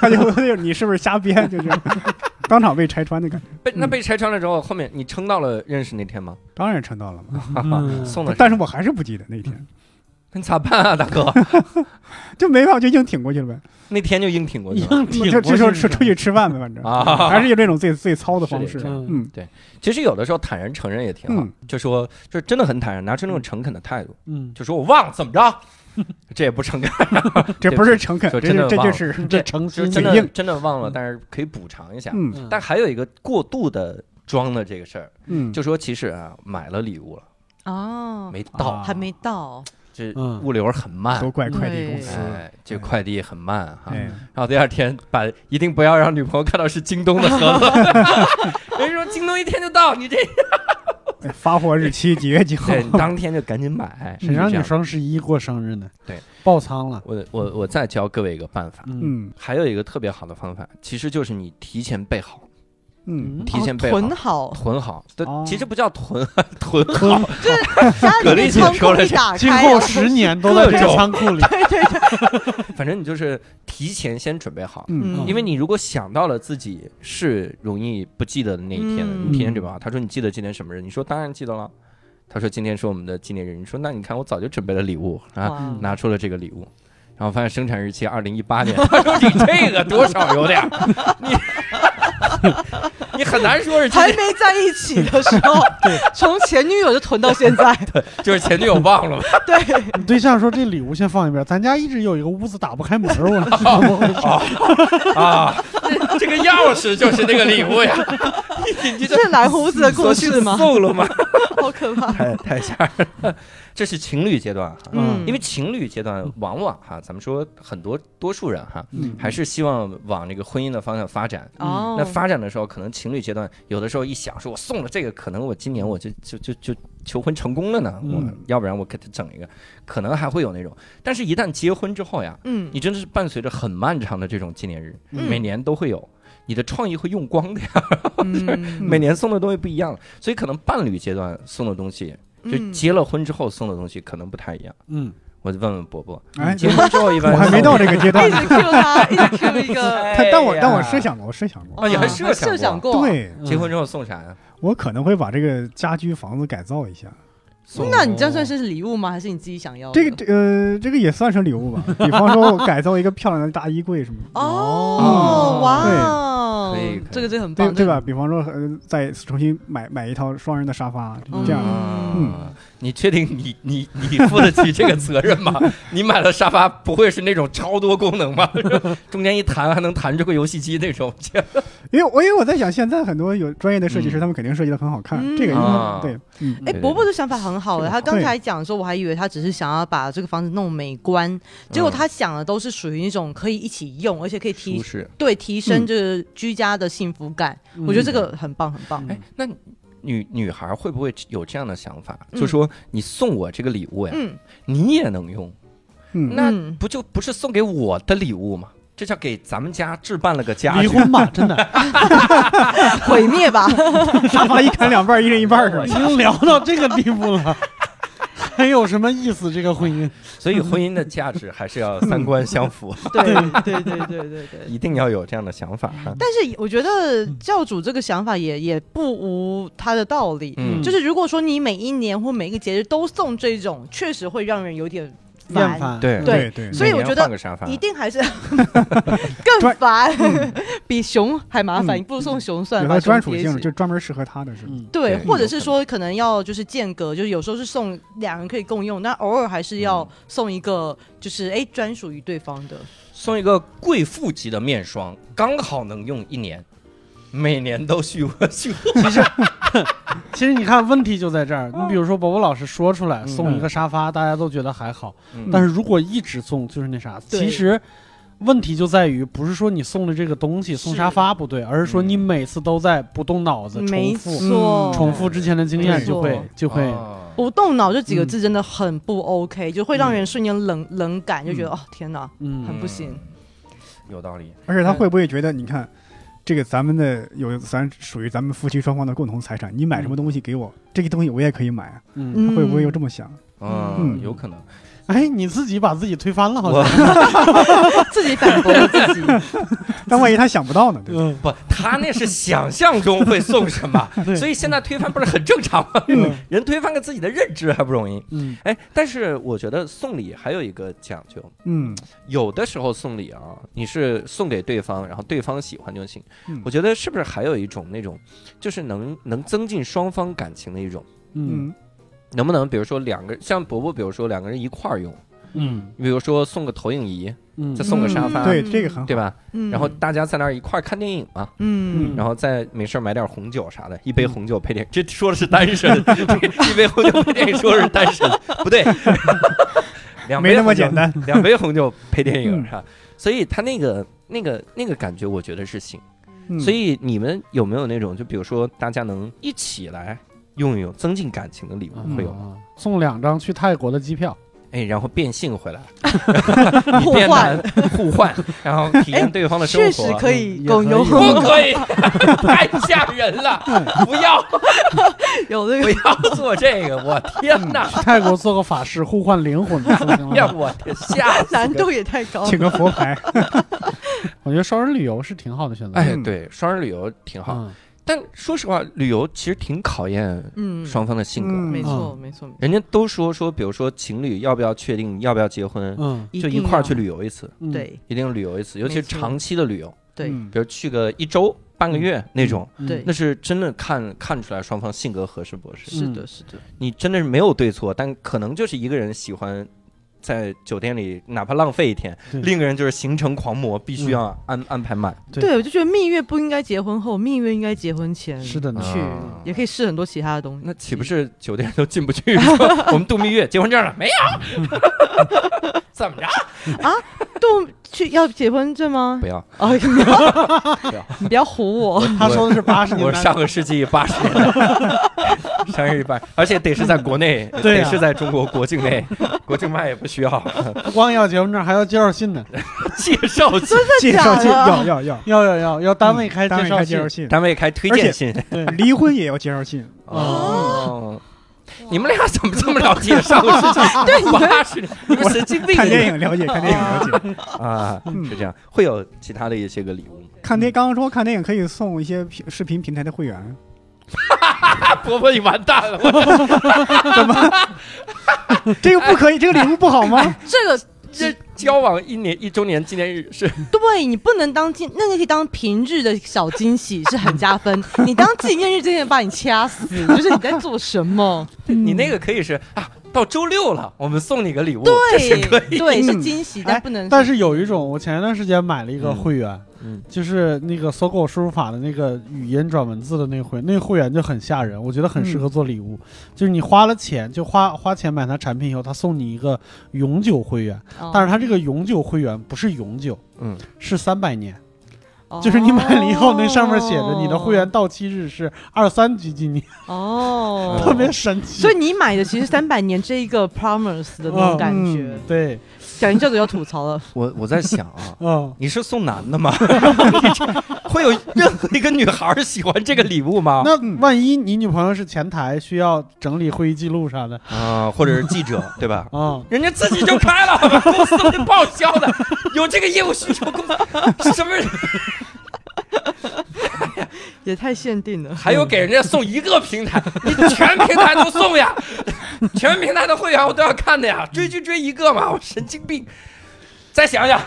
S2: 她就就是你是不是瞎编？就是 当场被拆穿的感觉。
S1: 被那被拆穿了之后，后面你撑到了认识那天吗？
S2: 当然撑到了 嘛，？”
S1: 送了，
S2: 但是我还是不记得那天，
S1: 那咋办啊，大哥？
S2: 就没办法，就硬挺过去了呗。
S1: 那天就硬挺过去了。
S3: 硬挺
S2: 这
S3: 过
S2: 这
S3: 去
S2: 时候
S3: 了
S2: 出出去吃饭呗，反正
S1: 啊
S2: 还是有这种最最糙的方
S1: 是
S2: 式
S1: 的。
S3: 嗯
S2: 嗯
S1: 其实有的时候坦然承认也挺好，
S2: 嗯
S1: 就说就真的很坦然，拿出那种诚恳的态度，
S3: 嗯，
S1: 就说我忘了怎么着， 这也不诚恳，
S2: 这不是诚恳，
S1: 嗯就
S2: 这
S1: 真的忘了
S2: 是这就是
S3: 这诚
S1: 就是
S3: 心
S1: 真
S2: 挺
S1: 的
S2: 硬
S1: 真的忘了，但是可以补偿一下。
S2: 嗯
S3: 嗯
S1: 但还有一个过度的装的这个事儿，
S2: 嗯，
S1: 就说其实啊买了礼物了
S4: 哦，
S1: 没到，
S3: 啊
S4: 还没到，
S1: 这
S3: 嗯
S1: 物流很慢
S2: 都，怪快递公司。
S1: 哎，这快递很慢哈。
S2: 哎，
S1: 然后第二天把一定不要让女朋友看到是京东的盒子， 人家说京东一天就到，你这
S2: 哎发货日期几月几号？
S1: 对，你当天就赶紧买。
S3: 谁让
S1: 嗯是这
S3: 你
S1: 样
S3: 双十一过生日呢？
S1: 对，
S3: 爆仓了。
S1: 我我我再教各位一个办法，
S3: 嗯
S2: 嗯
S1: 还有一个特别好的方法，其实就是你提前备好，
S2: 嗯，
S1: 提前备好
S4: 哦囤
S1: 囤
S4: 好，
S1: 好，对
S3: 哦，
S1: 其实不叫囤， 囤
S3: 囤
S1: 好，
S4: 家里
S1: 葛丽
S4: 面
S1: 姐
S4: 仓
S1: 说
S4: 库
S1: 了
S4: 一打
S3: 今
S4: 开
S3: 后
S4: 啊，
S3: 十年都在
S1: 各
S3: 这个
S1: 种
S3: 仓库里。
S1: 反正你就是提前先准备好，
S2: 嗯，
S1: 因为你如果想到了自己是容易不记得的那一天的，
S4: 嗯
S1: 你提前准备好。他说你记得今天什么日？你说当然记得了。他说今天是我们的纪念日。你说那你看我早就准备了礼物啊，
S4: 哇
S1: 拿出了这个礼物，然后发现生产日期二零一八年。 他说你这个多少有点儿，你 你很难说是今
S4: 还
S1: 天
S4: 没在一起的时候， 从前女友就囤到 现在，
S1: 就是前女友忘了吧。
S4: 对，
S3: 你对象说这礼物先放一边，咱家一直有一个屋子打不开 门儿，我知道吗
S1: 啊，这这个钥匙就是那个礼物呀！你你这
S4: 是蓝胡子的故
S1: 是
S4: 事吗？
S1: 送了吗？
S4: 好可怕。
S1: 太太吓人了，这是情侣阶段哈，
S4: 嗯
S1: 因为情侣阶段往往哈，咱们说很多多数人哈，
S3: 嗯
S1: 还是希望往这个婚姻的方向发展。
S4: 哦，
S1: 嗯那发展的时候，可能情侣阶段有的时候一想，说我送了这个，可能我今年我就就就就求婚成功了呢，我、
S3: 嗯
S1: 要不然我给他整一个，可能还会有那种。但是，一旦结婚之后呀，
S4: 嗯
S1: 你真的是伴随着很漫长的这种纪念日，
S4: 嗯
S1: 每年都会有，你的创意会用光的呀，
S4: 嗯
S1: 每年送的东西不一样了，所以可能伴侣阶段送的东西，就
S4: 嗯
S1: 结了婚之后送的东西可能不太一样。
S3: 嗯，
S1: 我就问问伯伯，嗯
S2: 哎，
S1: 结婚之后一般
S2: 我还没到这个阶段
S4: 一，直 Q 他，一直 Q 一个，
S2: 但但我但我设想过，我设想过，
S1: 啊，你还
S4: 嗯
S1: 设
S4: 设
S1: 想
S4: 想
S1: 过？啊
S4: 过，，
S2: 对
S1: 嗯结婚之后送啥呀？
S2: 我可能会把这个家居房子改造一下，
S1: 送哦
S4: 那你这算是礼物吗？还是你自己想要的？
S2: 这个这个呃这个也算是礼物 吧，比方说我改造一个漂亮的大衣柜什么的。
S4: 哦，哇哦，
S1: 可以可以
S4: 这个这个很
S2: 对
S4: 棒，
S2: 对吧？？比方说，呃，再重新买买一套双人的沙发，这样。嗯
S1: 啊，你确定你你你负得起这个责任 吗？你买的沙发不会是那种超多功能吧？ 中间一弹还能弹出个游戏机那 种？
S2: 因为我因为我在想，现在很多有专业的设计师，
S1: 嗯
S2: 他们肯定设计的很好看，
S4: 嗯
S2: 这个应
S1: 啊
S2: 该对，嗯，
S4: 哎，
S1: 对
S4: 伯伯的想法很好
S1: 这
S4: 哎，
S1: 个
S4: 他刚
S2: 对
S4: 才讲说，我还以为他只是想要把这个房子弄美观，结果他想的都是属于那种可以一起用，而且可以提
S1: 舒适。
S4: 对提升这个居家的幸福感，
S3: 嗯
S4: 我觉得这个很棒很棒。
S1: 哎，那女女孩会不会有这样的想法？
S4: 嗯
S1: 就说你送我这个礼物呀，
S4: 嗯，
S1: 你也能用，
S2: 嗯
S1: 那
S4: 嗯
S1: 不就不是送给我的礼物吗？这叫给咱们家置办了个家
S3: 离
S1: 具。
S3: 婚吧，真 的
S4: 毁灭 吧，
S2: 沙发一砍两半儿，一人一半儿是吧
S3: 已？经聊到这个地步了， 还有什么意思？这个婚姻，
S1: 所以婚姻的价值还是要三观相符，
S4: 对对对对对对。
S1: 一定要有这样的想法哈。
S4: 但是我觉得教主这个想法也也不无他的道理，
S1: 嗯
S4: 就是如果说你每一年或每一个节日都送这种，确实会让人有点
S3: 厌
S4: 烦，
S3: 烦，嗯
S1: 对
S4: 对
S2: 对，
S4: 所以
S1: 每
S4: 我
S1: 年
S4: 觉得
S1: 换个啊沙发
S4: 一定还是更烦，比熊还麻烦，
S2: 嗯
S4: 你不如送熊算
S2: 有它的
S4: 了，把熊
S2: 专属
S4: 贴
S2: 性，
S4: 起
S2: 就专门适合他的是吧？
S3: 嗯，
S4: 对，
S1: 对
S4: 或者是说可能要就是间隔，就是有时候是送两人可以共用，那偶尔还是要送一个就是哎专属于对方的，
S1: 送一个贵妇级的面霜，刚好能用一年，每年都续 续。
S3: 其实你看，问题就在这儿。你比如说，伯伯老师说出来
S1: 嗯
S3: 送一个沙发，大家都觉得还好
S1: 嗯，
S3: 但是如果一直送，就是那啥。
S4: 对
S3: 其实问题就在于，不是说你送的这个东西送沙发不对，而是说你每次都在不动脑子重
S4: 没
S3: 复
S4: 错，
S3: 重复之前的经验，
S4: 嗯没
S3: 就
S4: 错
S3: 会就会
S1: 哦
S4: 不动脑这几个字真的很不 OK，、就会让人瞬间冷、冷感，就觉得、哦天哪，
S3: 嗯
S4: 很不行。
S1: 有道理。
S2: 而且他会不会觉得，你看，这个咱们的有咱属于咱们夫妻双方的共同财产，你买什么东西给我，这个东西我也可以买啊，
S3: 嗯。
S4: 嗯
S2: 会不会又这么想？
S1: 嗯，
S2: 嗯
S1: 有可能。
S3: 哎，你自己把自己推翻了，好
S1: 我
S3: 像。
S4: 自己反驳了自己？
S2: 但万一他想不到呢，对吧？
S3: 嗯，，
S1: 不，他那是想象中会送什么
S3: 对
S1: 所以现在推翻不是很正常吗？
S3: 嗯
S1: 人推翻个自己的认知还不容易。
S3: 嗯
S1: 哎，但是我觉得送礼还有一个讲究，
S2: 嗯
S1: 有的时候送礼啊，你是送给对方，然后对方喜欢就行。
S2: 嗯
S1: 我觉得是不是还有一种那种，就是能能增进双方感情的一种，
S3: 嗯
S2: 嗯
S1: 能不能比如说两个像伯伯，比如说两个人一块儿用，
S3: 嗯
S1: 比如说送个投影仪，
S3: 嗯
S1: 再，送个沙发，
S4: 嗯
S2: 对，这个很好
S1: 对。吧？
S4: 嗯
S1: 然后大家在那儿一块儿看电影嘛，
S4: 嗯，
S1: 然后再没事儿买点红酒啥的，
S2: 嗯
S1: 一杯红酒配电影，这说的是单 身，这一杯红酒配电影说的是单身， 不对，两
S3: 嗯
S1: 杯
S2: 没那么
S1: 红酒
S2: 简单，
S1: 两杯红酒配电影
S2: 嗯
S1: 哈，所以他那个那个那个感觉，我觉得是行。
S2: 嗯
S1: 所以你们有没有那种，就比如说大家能一
S3: 嗯
S4: 嗯
S1: 起来用一用增进感情的礼物，会有吗？
S3: 送两张去泰国的机票，
S1: 哎，然后变性 回来，你
S4: 互
S1: 变
S4: 换
S1: 男互换，然后体验对方的生活，
S4: 确实可以
S3: 嗯
S4: 共
S3: 也
S4: 用，
S3: 可
S1: 不可以？ 太吓人了！不要
S4: 有这
S1: 不
S4: 个
S1: 要做这个！我天哪！
S3: 去泰国做个法事，互换灵魂的事情
S4: 嗯
S1: 呀，
S3: 了。
S1: 我天， 吓死
S4: 难
S1: 人！
S4: 度也太高了
S2: 请。个佛牌，我
S3: 我觉得双人旅游是挺好的选择。
S1: 哎，
S2: 嗯
S1: 对，双人旅游挺好，
S3: 嗯，
S1: 但说实话，旅游其实挺考验
S4: 嗯，
S1: 双方的性格。
S2: 嗯
S4: 没错没错，没错
S1: 人家都说说，比如说情侣要不要确定要不要结婚，
S3: 嗯，
S1: 就一
S4: 定
S1: 块儿
S4: 要
S1: 去旅游一次，
S3: 嗯，
S4: 对
S1: 一定旅游一次，尤其是
S4: 没错
S1: 长期的旅游，
S4: 对
S2: 嗯
S1: 比如去个一周、半个月那种，
S3: 嗯
S4: 对
S1: 那是真的看看出来双方性格合适不合适。
S4: 是
S3: 嗯
S4: 的是的，
S1: 你真的是没有对错，但可能就是一个人喜欢在酒店里哪怕浪费一天，
S3: 对
S1: 另一个人就是行程狂魔，必须要安、安排满。
S3: 对
S4: 对我就觉得蜜月不应该结婚后，蜜月应该结婚前
S3: 是的呢。
S4: 去
S1: 啊，
S4: 也可以试很多其他的东西。
S1: 那岂不是酒店都进不去？ 说我们度蜜月，结婚证了没有？ 怎么着？
S4: 度去要结婚证吗
S1: 不？要，
S4: 哦，你不要
S1: 不要，
S4: 你不要唬我。
S3: 他说的是八十年
S1: 我
S3: 代，
S1: 上个世 纪八十年代，上个世纪八，而且得是在国 内，得
S3: 对呀
S1: 是在中国国境内，国境外也不需要
S3: 不 光要结婚证，还要介绍信呢。
S1: 介绍信，
S2: 介绍 信要要要，嗯
S3: 要要要要单位开
S2: 单
S3: 介
S2: 位
S3: 绍
S2: 开介
S3: 信
S2: 绍。 信，
S1: 单位开推荐信。
S2: 离婚也要介绍信，
S1: 哦，你们俩怎么这么了解上个世纪 八十年？你们神经病
S2: 看电影了解，看电影了解。
S1: 啊？
S2: 嗯
S1: 是这样，会有其他的一些个礼物 吗。
S2: 看
S3: 嗯
S2: 电刚刚说看电影可以送一些平视频平台的会员，
S1: 啊，婆婆你完蛋了，我
S2: 这个不可以，这个礼物不好
S3: 哎
S2: 吗？
S4: 这个
S1: 这交往一年一周年纪念日 是
S4: 对你不能当纪，那个可以当平日的小惊喜是很加分。你当纪念日这天把你掐死，就是你在做什么？
S1: 你那个可以是啊，到周六了， 我们送你个礼物，这是可
S4: 对
S1: 以。
S4: 对，是
S2: 嗯
S4: 惊喜，
S3: 哎
S4: 但不能。
S3: 但是有一种，我前一段时间买了一个
S1: 嗯
S3: 会员，
S1: 嗯
S3: 就是那个搜狗输入法的那个语音转文字的那个会，那个会员就很吓人，我觉得很适合做礼物。就是你花了钱，就花花钱买它产品以后，他送你一个永久会员，
S4: 哦
S3: 但是它这个永久会员不是永久，
S1: 嗯，
S3: 是三百年，就是你买了以后，那上面写着你的会员到期日是二三几几年，
S4: 哦，
S3: 特别神奇
S4: 所。以你买的其实三百年这一个 promise 的那种感觉，
S3: 对，
S4: 小林教主要吐槽了，
S1: 我我在想啊。
S3: 嗯，
S1: 你是送男的 吗？会有任何一个女孩喜欢这个礼物吗？
S3: 那万一你女朋友是前台，需要整理会议记录啥的
S1: 啊，或者是记者，对吧？
S3: 啊？
S1: 人家自己就开了， 公司就报销的，有这个业务需求，公司什么人
S4: 也太限定了。
S1: 还有给人家送一个平台，你全平台都送呀，全平台的会员我都要看的呀，追就追一个嘛，我神经病。再想想，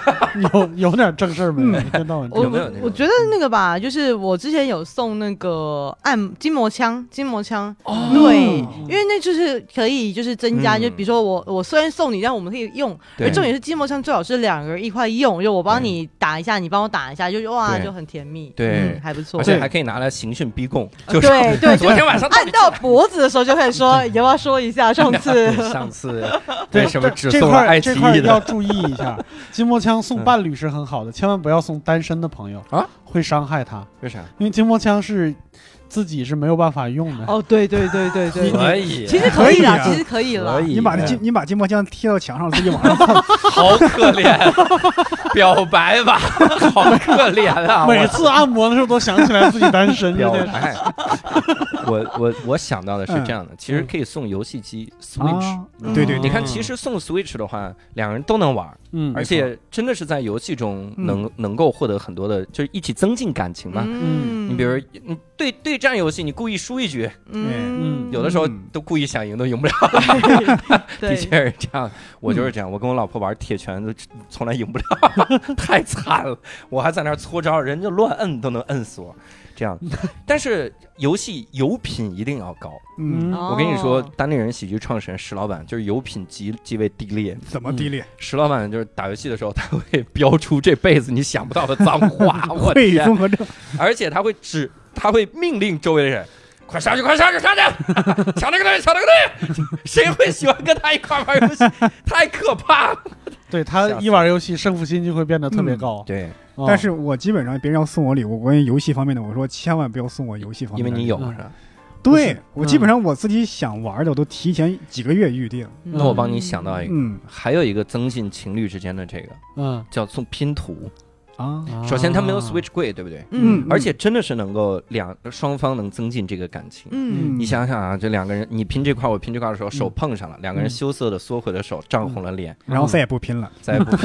S3: 有有点正事儿没？
S1: 嗯
S3: 一天到晚这
S4: 我
S1: 有没
S3: 样。
S1: 有那种
S4: 我我觉得那个吧，就是我之前有送那个按筋膜枪，筋膜枪，
S1: 哦
S4: 对，因为那就是可以就是增加，
S1: 嗯
S4: 就比如说我我虽然送你，但我们可以用，
S1: 对
S4: 而哎重点是筋膜枪最好是两个人一块用，就我帮
S1: 对
S4: 你打一下，你帮我打一下，就哇
S1: 对
S4: 就很甜蜜，
S1: 对
S4: 嗯还不错
S1: 而，且还可以拿来刑讯逼供，
S4: 呃
S1: 就是
S4: 对对，就
S1: 昨天晚上到
S4: 按
S1: 底
S4: 到脖子的时候就开 始说，也要说一下上次。
S1: 对 上次
S3: 对
S1: 为什么
S3: 这
S1: 只
S3: 这
S1: 送了
S3: 块
S1: 爱
S3: 儿
S1: 奇
S3: 这块儿
S1: 艺
S3: 要
S1: 的？
S3: 注意一 下，筋膜枪送伴侣是很好的，千万不要送单身的朋友
S1: 啊，
S3: 会伤害他，
S1: 为啥？
S3: 因为筋膜枪是自己是没有办法用的。
S4: 哦，对对对对对，
S1: 可以，
S4: 其实可以
S2: 可
S4: 啦，
S2: 以啊
S4: 其实可以啦
S1: 可。以
S2: 你把那
S3: 哎
S2: 金你把筋膜枪贴到墙上，自己往 上放，
S1: 好可怜，表白吧，好可怜啊！
S3: 每
S1: 我
S3: 次按摩的时候都想起来自己单身这
S1: 表
S3: 件事。
S1: 白，我我我想到的是这样的，其实可以送游戏机 Switch。
S2: 嗯啊对对
S1: 你
S2: 对，
S1: 看，其实送 Switch 的话，两人都能玩，
S3: 嗯，
S1: 而且真的是在游戏中
S2: 嗯
S1: 能能够获得很多的，就是一起增进感情嘛。
S3: 嗯
S1: 你比如，你对对战游戏，你故意输一局，
S3: 嗯
S1: 有的时候
S2: 嗯
S1: 都故意想赢都赢不了， 的
S4: 嗯对，嗯
S1: 确是这样。我就是这样，我跟我老婆玩铁拳都从来赢不了， 太惨了。我还在那儿搓招，人家乱摁都能摁死我，这 样。但是游戏油品一定要高，
S2: 嗯，
S3: 嗯
S1: 我跟你说
S4: 哦，
S1: 单立人喜剧创始人石老板就是油品极极为低劣。
S2: 怎么低劣？
S1: 石老板就是打游戏的时候，他会 飙出这辈子你想不到的脏话，我
S2: 会 语
S1: 天！
S2: 综合症，
S1: 而且他会指，他会命令周围的人。快上去！快上去！上去！ 抢那个东西！抢那个东西！ 谁会喜欢跟他一块玩游戏？太可怕了！嗯
S3: 对他一玩游戏，胜负心就会变得特别高。
S1: 对，
S3: 啊
S2: 但是我基本上别人要送我礼物，关于游戏方面的，我说千万不要送我游戏方
S1: 因
S2: 面
S1: 为
S2: 的礼物，
S1: 你有
S3: 嗯
S1: 是吧？
S2: 对我基
S3: 嗯
S2: 本上我自己想玩的，我都提前几个月预定。
S4: 嗯
S1: 那我帮你想到一个，
S2: 嗯
S1: 还有一个增进情侣之间的这个
S3: 嗯，
S1: 叫做拼图。
S2: 啊，
S1: 首先，它没有
S3: 啊
S1: Switch 贵，对不对？
S2: 嗯
S1: 而且真的是能够两双方能增进这个感情。
S4: 嗯
S2: 嗯
S1: 你想想啊，这两个人，你拼这块，我拼这块的时候，手碰上了，两个人
S3: 嗯
S1: 羞涩的缩回了手，涨红了脸，
S2: 然后再也不拼了。
S1: 嗯再也 不。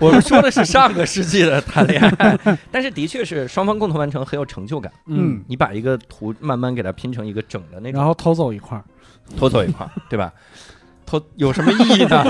S1: 我们说的是上个世纪的谈恋爱，但是的确是双方共同完成很有成就感。
S3: 嗯，
S1: 你把一个图慢慢给它拼成一个整的那种
S3: 然，后偷走一块儿，
S1: 偷走一块儿，对吧？偷有什么意义呢？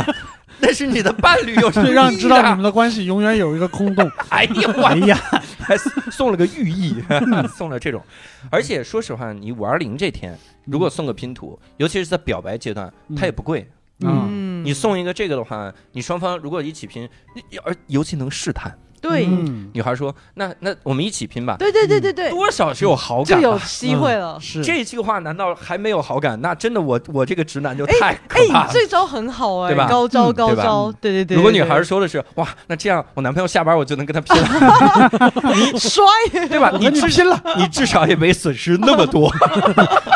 S1: 那是你的伴侣有什么
S3: 对，
S1: 意义呢？啊
S3: 让你知道你们的关系永远有一个空洞。
S1: 哎呀，我
S2: 哎呀，
S1: 还送了个寓意，
S3: 嗯
S1: 送了这种。而且说实话，你五二零这天如果送个拼图，尤其是在表白阶段，它也不贵。
S3: 嗯，
S4: 嗯
S1: 你送一个这个的话，你双方如果一起拼，你而尤其能试探。
S4: 对
S3: 嗯
S1: 女孩说：“那那我们一起拼吧。
S4: 对对对对”对，
S1: 多少是有好
S4: 就
S1: 感
S4: 有
S1: 吧。
S4: 机会了。
S3: 嗯是
S1: 这句话难道还没有好感？那真的我我这个直男就
S4: 哎
S1: 太可
S4: 哎，
S1: 怕了
S4: 你。这招很好哎
S1: 对吧，
S4: 高招
S2: 嗯
S4: 高
S1: 对吧
S4: 招，对对对。
S1: 如果女
S4: 对
S1: 孩儿说的是哇，那这样我男朋友下班我就能跟他拼了，
S4: 对 摔，
S1: 对吧？你
S3: 你
S1: 至
S3: 拼了，
S1: 你至少也没损失那么多，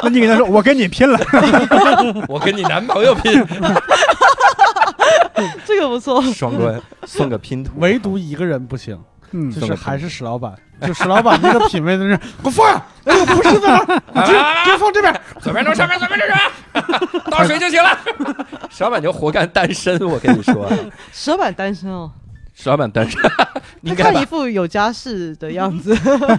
S2: 那你跟他说，我跟你拼了。
S1: 我跟你男朋友拼，
S4: 这个不错。
S1: 双关送个拼图，
S3: 唯独一个人不行，
S2: 嗯，
S3: 就
S1: 怎
S3: 是
S1: 么
S3: 还是史老板，就史老板那个品味的是给我放下，那个不是在那儿，
S1: 啊 啊
S3: 给我放这边。
S1: 左边弄上面，左边弄上， 倒水就行了。石老板就活该单身，我跟你 说，
S4: 石老板单身哦，
S1: 石老板单身，
S4: 他
S1: 应该
S4: 看一
S1: 吧？
S4: 副有家室的 样子，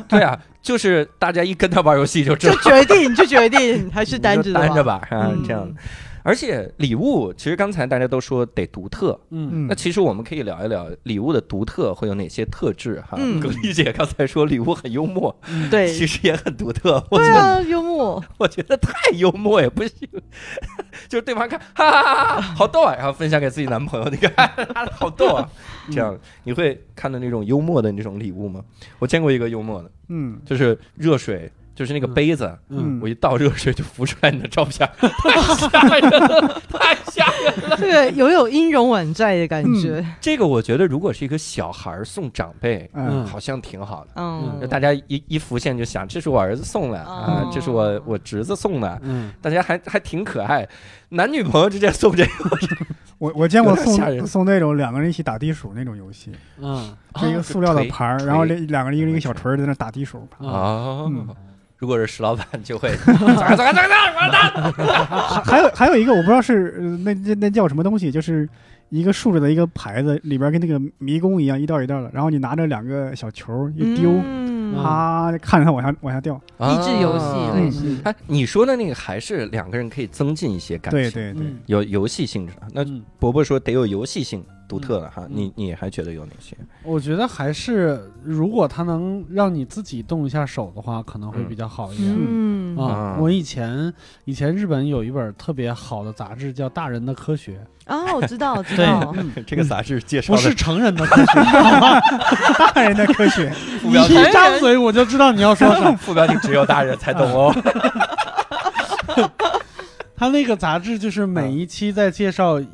S1: 对啊，就是大家一跟他玩游戏就知
S4: 就
S1: 道
S4: 决定就决定还是
S1: 你
S4: 单
S1: 就
S4: 着的
S1: 单着
S4: 吧。
S1: 吧，啊，
S4: 嗯
S1: 这样的。而且礼物，其实刚才大家都说得独特，
S3: 嗯，
S2: 嗯
S1: 那，其实我们可以聊一聊礼物的独特会有哪些特质哈。
S4: 嗯
S1: 耿丽姐刚才说礼物很幽默，
S2: 嗯
S1: 其
S4: 对
S1: 实也很独特。我
S4: 对
S1: 觉得、
S4: 啊，幽默，
S1: 我觉得太幽默也不行， 就是对方看哈哈哈哈好逗啊，然后分享给自己男朋友，你看 好逗啊，
S4: 嗯
S1: 这样你会看到那种幽默的那种礼物吗？我见过一个幽默的，
S2: 嗯
S1: 就是热水。就是那个杯子，
S3: 嗯
S1: 我一倒热水就浮出来你的照 片，太吓人了，太吓人了。
S4: 这个有有音容宛在的感觉。
S1: 这个我觉得，如果是一个小孩儿送长辈，
S2: 嗯
S3: 嗯
S1: 好像挺好的。
S4: 嗯
S1: 就，大家一一浮现就想，这是我儿子送的啊
S4: 哦，
S1: 这是我我侄子送的，
S3: 嗯，
S1: 大家还还挺可爱。男女朋友之间送 这个，
S2: 我我见过
S1: 有点吓人哦
S2: 送送那种两个人一起打地鼠那种游戏，
S3: 嗯，
S2: 是一个塑料的盘儿，
S1: 锤
S2: 然后两两个人一个一个小锤儿在那打地鼠。
S3: 啊，
S1: 哦
S2: 嗯，
S1: 如果是石老板 就会走开走开走开完蛋。
S2: 还 还有还有一个我不知道是呃那那那叫什么东西，就是一个竖着的一个牌子，里边跟那个迷宫一样一道一道的，然后你拿着两个小球儿一丢，
S4: 嗯
S3: 啊
S2: 啊，看着它往下往下掉。
S4: 益智游戏类
S1: 嗯
S4: 似。
S1: 啊哎，你说的那个还是两个人可以增进一些感情，
S2: 对对对，
S3: 嗯，
S1: 有游戏性质。那
S3: 嗯
S1: 伯伯说得有游戏性独特的哈，
S3: 嗯
S1: 你你还觉得有哪些？
S3: 我觉得还是如果他能让你自己动一下手的话，可能会比较好一点。
S4: 嗯
S3: 啊
S1: 嗯，
S3: 我以前以前日本有一本特别好的杂志叫《大人的科学
S4: 啊，我知道，我知道，》，
S1: 这个杂志介绍
S3: 嗯不
S1: 的
S3: 是成人的科学，好吧？
S2: 大人的科学，
S1: 副
S3: 你
S1: 标题
S3: 一张嘴我就知道你要说什么。
S1: 副标题只有大人才懂 哦。
S3: 他那个杂志就是每一期在介绍一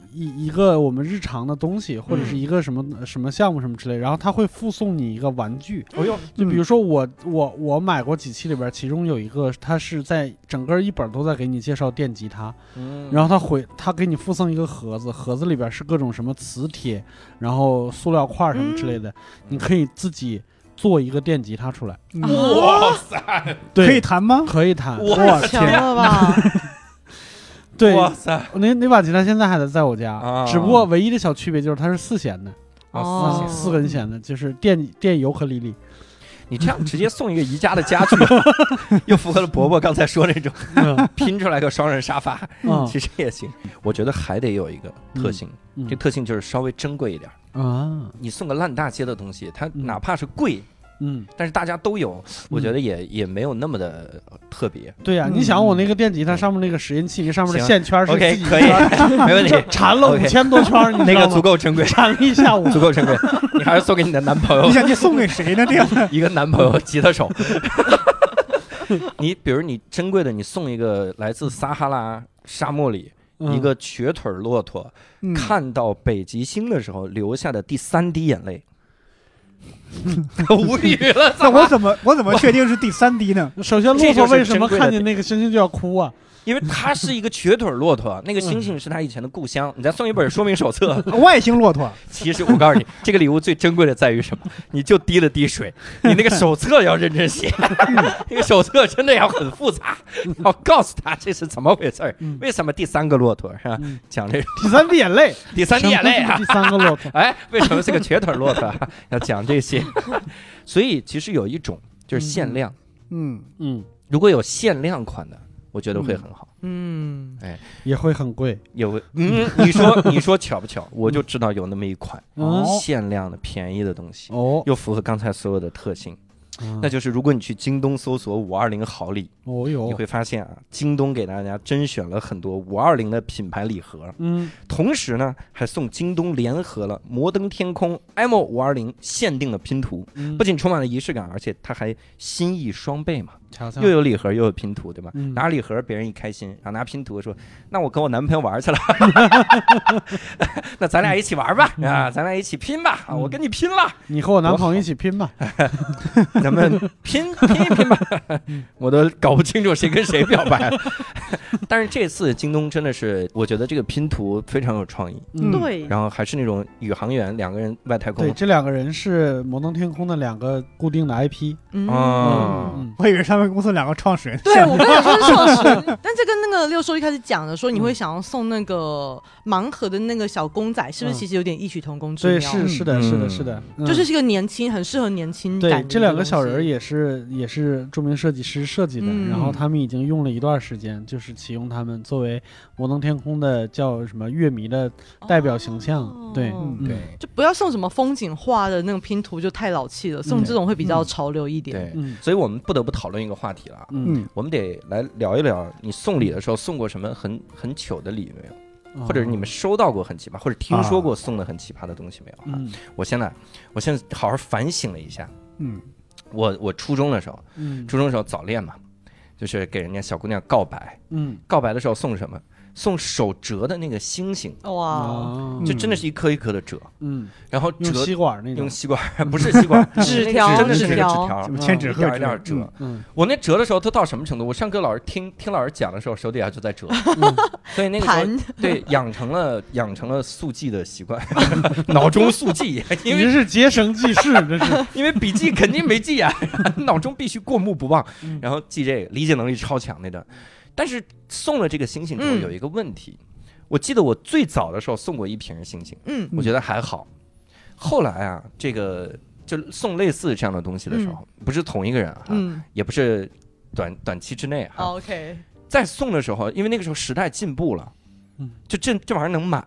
S3: 一个我们日常的东西，或者是一个什么什么项目什么之类，然后他会附送你一个玩具。
S1: 哎呦，
S3: 就比
S2: 嗯
S3: 如说我我我买过几期里边，其中有一个他是在整个一本都在给你介绍电吉他，
S1: 嗯
S3: 然后他回他给你附送一个盒子，盒子里边是各种什么磁铁，然后塑料块儿什么之类的，你可以自己做一个电吉他出来，
S2: 嗯
S1: 哇塞，
S3: 对，
S2: 可以弹吗？
S3: 可以弹，
S1: 我
S2: 哇
S4: 强
S2: 天，
S4: 了吧？
S3: 对。
S1: 哇塞，
S3: 那那把吉他现在还在我家，
S1: 啊
S3: 只不过唯一的小区别就是它是四弦的，啊，
S4: 哦
S3: 四根弦的，就是电电尤克 里里。
S1: 你这样直接送一个宜家的家具， 又符合了伯伯刚才说那种
S3: 嗯
S1: 拼出来个双人沙发，
S3: 嗯
S1: 其实也行。我觉得还得有一个特性，
S3: 嗯
S1: 这特性就是稍微珍贵一点儿。
S3: 啊，
S1: 你送个烂大街的东西，它
S3: 嗯
S1: 哪怕是贵，
S3: 嗯，
S1: 但是大家都有，我觉得也也没有那么的特别。
S3: 对呀，
S2: 嗯
S3: 你想我那个电吉他上面那个拾音器，你上面的
S1: 行
S3: 线圈是
S1: OK，
S3: 自己
S1: 可以，没问题。
S3: 缠了五
S1: OK
S3: 千多圈儿，你
S1: 那
S3: 知道
S1: 个
S3: 吗
S1: 足够珍贵，
S3: 缠了一下午。
S1: 足够珍贵。你还是送给你的男朋友
S2: 你。想去送给谁呢？这样，
S1: 一个男朋友吉他手。 你比如你珍贵的，你送一个来自撒哈拉沙漠里、
S3: 嗯
S1: 一个瘸腿骆驼、
S2: 嗯
S1: 看到北极星的时候流下的第三滴眼泪， 无语了，
S2: 那
S1: 怎
S2: 我
S1: 么？
S2: 怎么我怎么确定是第三滴 呢？
S3: 首先，骆
S1: 这就
S3: 驼
S1: 是
S3: 为什么
S1: 珍贵的
S3: 看见那个星星就要哭啊？
S1: 因为他是一个瘸腿骆驼，那个星星是他以前的故乡。你再送一本说明手册，
S2: 外星骆驼，
S1: 其实我告诉你，这个礼物最珍贵的在于什 么？你就滴了滴水，你那个手册要认真 写，那个手册真的要很复杂，要告诉他这是怎么回事儿，
S3: 嗯
S1: 为什么第三个骆驼是吧
S3: 嗯？
S1: 讲这
S3: 第三滴眼泪，
S1: 第三滴眼泪啊，
S3: 第，三个骆驼
S1: 哎，为什么是个瘸腿骆驼？啊 要讲这 些，所以其实有一种就是限量，
S2: 嗯，
S3: 嗯，
S1: 如果有限量款的，我觉得会很好。
S4: 嗯，
S3: 也会很贵。
S1: 有，嗯，你 说你说巧不巧？我就知道有那么一款
S3: 哦
S1: 限量的便宜的东西，
S3: 哦，
S1: 又符合刚才所有的特性。
S3: 嗯
S1: 那就是如果你去京东搜索“五二零好礼”，
S3: 哦
S1: 你
S3: 哟，
S1: 会发现啊，京东给大家甄选了很多五二零的品牌礼盒，
S3: 嗯，
S1: 同时呢，还送京东联合了摩登天空 M 五二零限定的拼图，
S3: 嗯
S1: 不仅充满了仪式感，而且它还心意双倍嘛，
S3: 瞧瞧
S1: 又，有礼盒又有拼图，对吧？
S3: 嗯
S1: 拿礼盒别人一开心，然后拿拼图说：“那我跟我男朋友玩 去了， 那咱俩一起玩
S3: 嗯
S1: 吧，啊，咱俩一起拼吧，啊，我跟你拼了。”
S3: 你和我男朋友一起拼吧。
S1: 咱们拼拼一拼吧， 我都搞不清楚谁跟谁表白了。 但是这次京东真的是，我觉得这个拼图非常有创意，
S3: 嗯，
S4: 对，
S1: 然后还是那种宇航员两个人外太空
S3: 对，，这两个人是摩登天空的两个固定的 IP。
S1: 哦
S3: 嗯，
S2: 我以为是他们公司两个创始人，
S4: 对，我跟你说是小时， 但这跟那个六叔一开始讲的
S3: 嗯
S4: 说你会想要送那个盲盒的那个小公仔，是不是其实有点异曲同工之
S3: 嗯对，
S4: 妙？
S3: 是是的，
S1: 嗯
S3: 是的，是的，嗯
S4: 就是是个年轻，很适合年轻感
S3: 对
S4: 的
S3: 这两个小人
S4: 东
S3: 儿
S4: 西
S3: 也是也是著名设计师设计的，
S4: 嗯
S3: 然后他们已经用了一段时间，就是启用他们作为摩登天空的叫什么乐迷的代表形象。
S4: 哦
S3: 对，
S4: 嗯
S3: 嗯
S1: 对
S4: 就不要送什么风景画的那种拼图，就太老气了，送这种会比较潮流一点。
S1: 对，
S3: 嗯
S1: 所以我们不得不讨论一个话题了啊，
S3: 嗯，
S1: 我们得来聊一聊你送礼的时候送过什么很很糗的礼没有，
S3: 哦
S1: 或者你们收到过很奇葩，或者听说过送的很奇葩的东西没有啊？
S3: 嗯
S1: 我现在我现在好好反省了一下，
S2: 嗯，
S1: 我我初中的时候，
S3: 嗯
S1: 初中的时候早恋嘛，就是给人家小姑娘告白。
S3: 嗯
S1: 告白的时候送什么？送手折的那个星星，
S4: 哇，
S3: 啊
S1: 就真的是一颗一颗的折，
S3: 嗯，
S1: 然后
S3: 用
S1: 折
S3: 吸管那种
S1: 用，吸管， 不是吸管，
S4: 纸
S1: 那个
S4: 条
S1: 真的是那个
S4: 纸条
S1: 纸条
S2: 什。么千纸
S1: 一
S2: 鹤
S1: 点
S2: 之
S1: 一
S2: 类的
S1: 点折，，
S3: 嗯
S1: 我那折的时候都到什么程度？我上课老师听听老师讲的时候，手底下就在折，
S3: 嗯
S1: 所以那个时候
S4: 盘
S1: 对养成了养成了速记的习惯，脑中速记，因为
S3: 你这是结绳记事，这是
S1: 因为笔记肯定没记啊， 脑中必须过目不忘
S3: 嗯，
S1: 然后记这个，理解能力超强那段。但是送了这个星星之后，
S4: 嗯
S1: 有一个问题，我记得我最早的时候送过一瓶星星，
S4: 嗯，
S1: 我觉得还好。后来啊，这个就送类似这样的东西的时候，不是同一个人啊，
S4: 嗯哦
S1: 也不是短短期之内哈、
S4: ，OK，
S1: 在送的时候，因为那个时候时代进步了
S3: 嗯。
S1: 就这这玩意儿能买，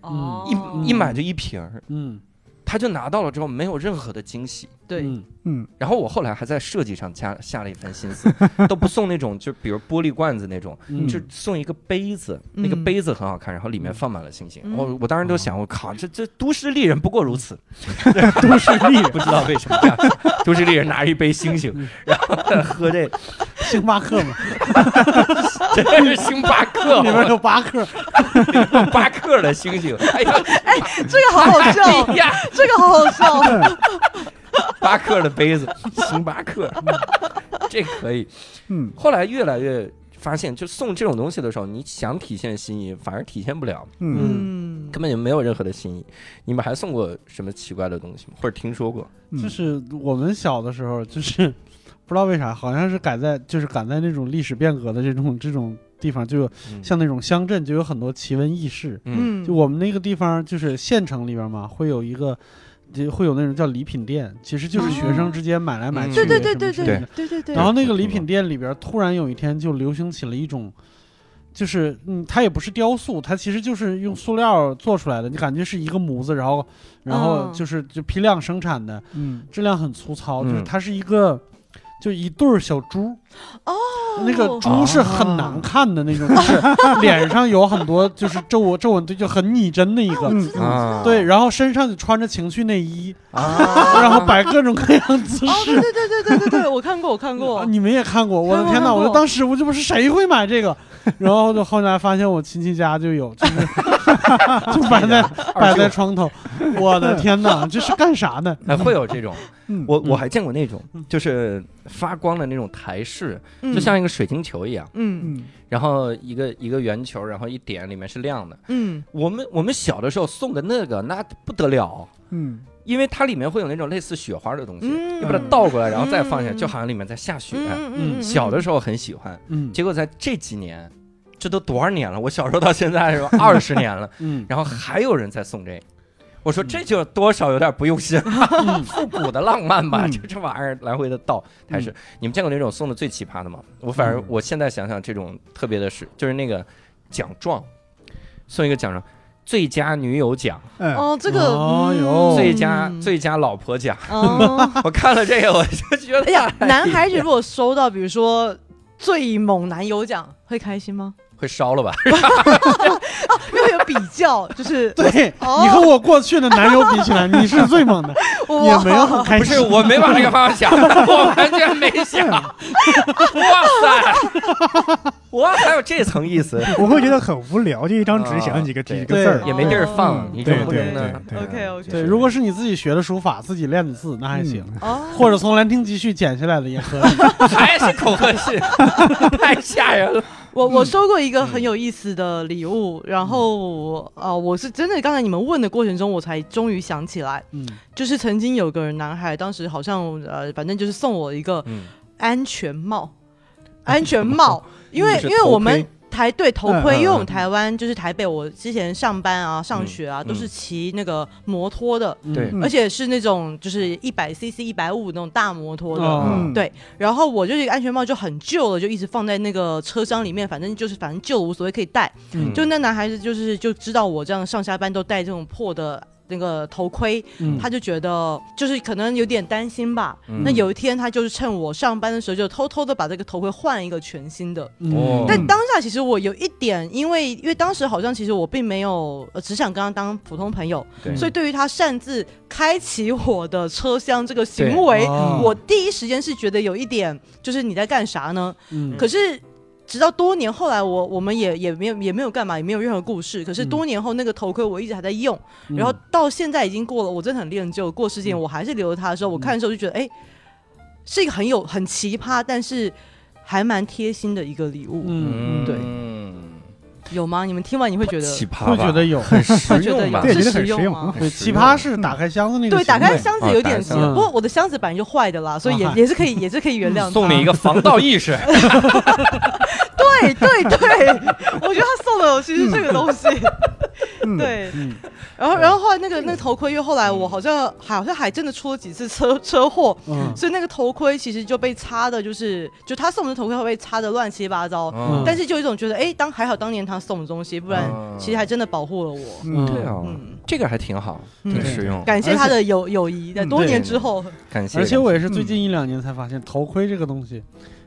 S4: 哦，
S1: 一一买就一瓶儿，
S3: 嗯
S1: 他就拿到了之后没有任何的惊喜，
S4: 对，
S3: 嗯
S2: 嗯，
S1: 然后我后来还在设计上加下了一番心思，都不送那种，就比如玻璃罐子那种，
S3: 嗯
S1: 就送一个杯子，那个
S4: 嗯
S1: 杯子很好看，然后里面放满了星星。哦
S4: 嗯
S1: 我我当时都想，我靠，这这都市丽人不过如 此，
S2: 都市丽人
S1: 不知道为什么这样，都市丽人拿着一杯星星，
S4: 嗯
S1: 然后喝 这，
S3: 星巴 克嘛，
S1: 真的是星巴克，
S3: 里面有巴克，
S1: 有巴克的星 星，哎
S4: 哦
S1: 呀，
S4: 这个好 好笑，
S1: 哎呀，
S4: 这个好好笑，
S1: 巴克的杯子，星巴克，这可以。
S2: 嗯
S1: 后来越来越发现，就送这种东西的时候，你想体现心意，反而体现不了。
S2: 嗯
S4: 嗯，
S1: 根本就没有任何的新意。你们还送过什么奇怪的东西吗？或者听说过？
S2: 嗯，
S3: 就是我们小的时候，就是不知道为啥，好像是赶在就是赶在那种历史变革的这种这种地方，就有像那种乡镇就有很多奇闻异事。
S1: 嗯
S4: 嗯，
S3: 就我们那个地方，就是县城里边嘛，会有一个。就会有那种叫礼品店，其实就是学生之间买来买去、
S1: 嗯
S4: 对对对对
S3: 什么之类的
S4: 对对对对，
S3: 然后那
S1: 我
S3: 个礼
S1: 听过
S3: 品店里边，突然有一天就流行起了一种，就是嗯，它也不是雕塑，它其实就是用塑料做出来的，你感觉是一个模子，然后然后
S4: 嗯
S3: 就是就批量生产的，
S2: 嗯
S3: 质量很粗糙，就是
S1: 嗯
S3: 它是一个。就一对儿小猪，
S4: 哦
S3: 那个猪是很难看的那种，就是脸上有很多就是皱纹皱纹，对，就很拟真的一个，
S2: 嗯
S4: 哦
S1: 啊
S3: 对，然后身上就穿着情趣内衣，
S1: 啊
S3: 然后摆各种各样姿
S4: 哦，
S3: 势
S4: 对。对对对对对对，我看过我看过，
S3: 你们也看过，我的
S4: 哦看过
S3: 天呐！
S4: 看
S3: 我
S4: 过
S3: 就当时我就不是谁会买这个，然后就后来发现我亲戚家就有，就是就摆在
S1: 二
S3: 摆在
S1: 舅
S3: 窗头。我的天 哪，这是干啥呢？
S1: 哎会有这种，
S2: 嗯
S1: 我我还见过那种就是发光的那种台式，
S4: 嗯
S1: 就像一个水晶球一样，
S4: 嗯
S2: 嗯
S1: 然后一个一个圆球，然后一点里面是亮的。
S4: 嗯
S1: 我们我们小的时候送的那个那不得了，
S2: 嗯
S1: 因为它里面会有那种类似雪花的东西，
S4: 嗯
S1: 你把它倒过来然后再放下，
S4: 嗯
S1: 就好像里面在下雪。
S3: 嗯
S1: 小的时候很喜欢，
S3: 嗯
S1: 结果在这几年，这都多少年了？我小时候到现在是二十年了，
S3: 嗯
S1: 然后还有人在送这个。我说这就多少有点不用心了， 复古的浪漫吧，
S2: 嗯
S1: 就这玩意儿来回的倒，还是你们见过那种送的最奇葩的吗？我反正
S3: 嗯
S1: 我现在想想，这种特别的是，就是那个奖状，送一个奖状，最佳女友奖、
S2: 哎
S4: 哦，这个
S3: 哦哟
S4: 嗯
S1: 最佳最佳老婆奖，
S4: 哦，
S1: 我看了这个我就觉得，
S4: 哎呀，男孩子如果收到，比如说最猛男友奖，会开心吗？
S1: 会烧了吧？
S4: 因为有比较，就是
S3: 对
S4: 哦
S3: 你和我过去的男友比起来，你是最猛的，也
S4: 哇
S3: 没有很开
S1: 不
S3: 心
S1: 是，。我没往这个方向想， 我完全没想。哇塞， 哇，还有这层意思，
S2: 我会觉得很无聊，就一张纸写上几个
S1: 对
S2: 几个字儿，
S1: 也没地儿放
S4: 哦，
S1: 你
S2: 对
S1: 扔不
S2: 对
S1: 扔呢？
S2: 对
S4: 对 OK，OK
S3: 对，如果是你自己学的书法，自己练的字，那还行。
S1: 嗯
S4: 哦，
S3: 或者从《兰亭集序》捡下来的也可 以。
S1: 还是口合适，太吓人了。
S4: 我我收过一个
S1: 嗯
S4: 很有意思的礼物，然后啊、呃我是真的刚才你们问的过程中，我才终于想起来，
S3: 嗯，
S4: 就是曾经有个男孩，当时好像呃，反正就是送我一个
S1: 嗯，
S4: 安 全帽，安全帽，因为
S1: 是
S4: 因为
S1: 头
S4: 我
S1: 盔
S4: 们台对头
S2: 嗯
S4: 盔，
S1: 嗯
S4: 因为我
S1: 嗯
S4: 们台湾就是台北，我之前上班啊、上
S1: 嗯
S4: 学啊，
S1: 嗯
S4: 都是骑那个摩托的，
S1: 对
S2: 嗯
S4: 而且是那种就是一百 CC、一百五那种大摩托的。
S3: 哦
S2: 嗯
S4: 对然后我就是一个安全帽就很旧了，就一直放在那个车厢里面，反正就是反正旧无所谓可以戴。
S3: 嗯
S4: 就那男孩子就是就知道我这样上下班都戴这种破的那个头盔，
S3: 嗯
S4: 他就觉得就是可能有点担心吧。
S1: 嗯
S4: 那有一天他就是趁我上班的时候，就偷偷的把这个头盔换一个全新的。
S3: 嗯
S1: 哦
S4: 但当下其实我有一点，因为因为当时好像其实我并没有，呃、只想跟他当普通朋友，
S1: 对
S4: 所以对于他擅自开启我的车厢这个行为，
S3: 哦
S4: 我第一时间是觉得有一点，就是你在干啥呢？
S3: 嗯
S4: 可是。直到多年后来我，我们也也没有也没有干嘛，也没有任何故事。可是
S3: 嗯
S4: 多年后，那个头盔我一直还在用，然后到现在已经过了，我真的很恋旧。过十几年我还是留着它的时候，我看的时候就觉得，哎，是一个很有很奇葩，但是还蛮贴心的一个礼物，
S3: 嗯，
S4: 对有吗？你们听完你会觉得
S1: 奇葩吧，
S3: 会觉得有
S1: 很实
S4: 会觉得
S1: 用吧
S4: 有，
S2: 对
S4: 是
S2: 觉得很
S4: 用
S2: 实用
S4: 吗
S2: 很？
S3: 对奇葩是打开箱子那个行为，
S4: 对，打开箱子有点
S1: 啊打开
S4: 奇，
S1: 箱
S3: 子
S4: 不过我的箱子本来就坏的啦，所以也
S3: 啊
S4: 也是可以，也是可以原 谅他。
S1: 送你一，个防盗意 识，
S4: 对对对，我觉得他送了我其实这个东西，
S2: 嗯，
S4: 对。
S3: 嗯，
S4: 然后然后后来那个那个头盔，因为后来我好像好像还真的出了几次车车祸，
S3: 嗯
S4: 所以那个头盔其实就被擦的，就是就他送的头盔会被擦的乱七八
S3: 哦
S4: 糟。
S1: 嗯
S4: 但是就有一种觉得，哎，当还好当年他送的东西，不然
S3: 哦
S1: 嗯
S4: 其实还真的保护了我。
S3: 嗯
S1: 对啊，
S4: 嗯，
S1: 这个还挺好，挺实用，
S4: 感谢他的友友谊，
S3: 嗯
S4: 在多年
S1: 对
S4: 之后，
S1: 感谢。
S3: 而且我也是最近一两年才发现，头盔这个东西，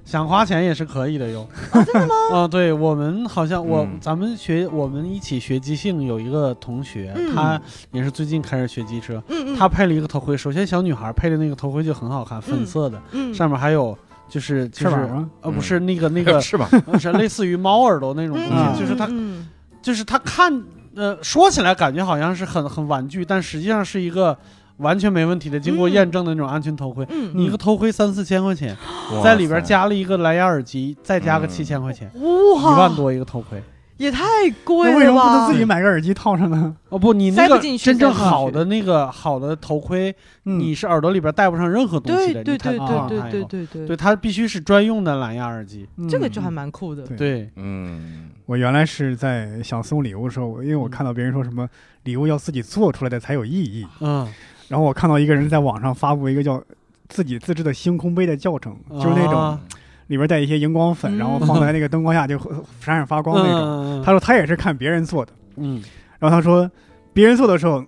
S3: 想花钱也是可以的哟。真的吗？ 啊，对我们好像我
S1: 嗯
S3: 咱们学我们一起学机性有一个同学，
S4: 嗯
S3: 他也是最近开始学机车，
S4: 嗯嗯，
S3: 他配了一个头盔。首先，小女孩配的那个头盔就很好看，粉色的，
S4: 嗯
S3: 上面还有就是
S2: 翅
S3: 就
S2: 膀
S3: 是。
S2: 吗？
S3: 呃，不是那个 那个，
S1: 翅膀，
S3: 是类似于猫耳朵那种东
S2: 嗯
S3: 西，就是它
S4: 嗯
S3: 就是它看，呃，说起来感觉好像是很很玩具，但实际上是一个完全没问题的、经过
S4: 嗯
S3: 验证的那种安全头盔。
S4: 嗯，
S3: 你一个头盔三四千块钱，在里边
S1: 加。
S3: 加了一个蓝牙耳机，再加个
S1: 嗯
S3: 七千块钱，一
S4: 哇，
S3: 万多一个头盔。
S4: 也太贵
S2: 那
S4: 了
S2: 为什么不能
S4: 吧
S2: 自己买个耳机套上呢？
S3: 哦不，你那
S4: 塞
S3: 个
S4: 不进去
S3: 真正
S4: 塞不进
S2: 去
S3: 好的那个好的头盔，
S2: 嗯
S3: 你是耳朵里边戴不上任何东西
S4: 对
S3: 的。
S4: 对
S3: 你太
S4: 对
S3: 麻
S4: 对
S3: 烦
S4: 对
S3: 了
S4: 对
S3: 以后
S4: 对对
S3: 对，它必须是专用的蓝牙耳机。
S2: 嗯
S4: 这个就还蛮酷的。
S2: 对
S3: 对，
S1: 嗯，
S2: 我原来是在想送礼物的时候，我因为我看到别人说什么礼物要自己做出来的才有意义，
S3: 嗯，
S2: 然后我看到一个人在网上发布一个叫自己自制的星空杯的教程，就是那种
S3: 啊
S2: 里边带一些荧光粉，
S4: 嗯
S2: 然后放在那个灯光下就闪闪发光那种。
S3: 嗯
S2: 他说他也是看别人做的，
S3: 嗯
S2: 然后他说别人做的时候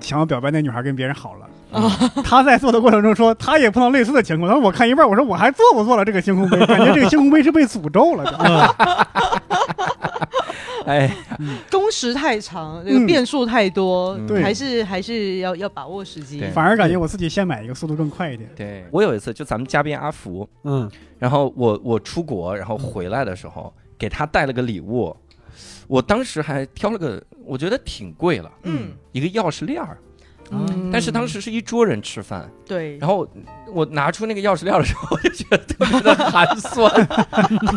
S2: 想要表白那女孩跟别人好了。他在做的过程中说，他也碰到类似的情况。他说：“我看一半，我说我还做不做了这个星空杯？感觉这个星空杯是被诅咒了。就
S1: 哎，
S4: 工时太长，这个
S2: 嗯
S4: 变数太多，
S1: 嗯
S2: 对
S4: 还是还是要要把握时机。
S1: 对
S2: 反而感觉我自己先买一个，速度更快一点。
S1: 对我有一次就咱们嘉宾阿福，
S3: 嗯
S4: 嗯
S1: 然后我我出国，然后回来的时候给他带了个礼物，我当时还挑了个，我觉得挺贵了，
S4: 嗯
S1: 一个钥匙链儿。
S4: 嗯，
S1: 但是当时是一桌人吃饭，
S4: 对，
S1: 然后我拿出那个钥匙链儿的时候，我就觉得特别的寒 酸，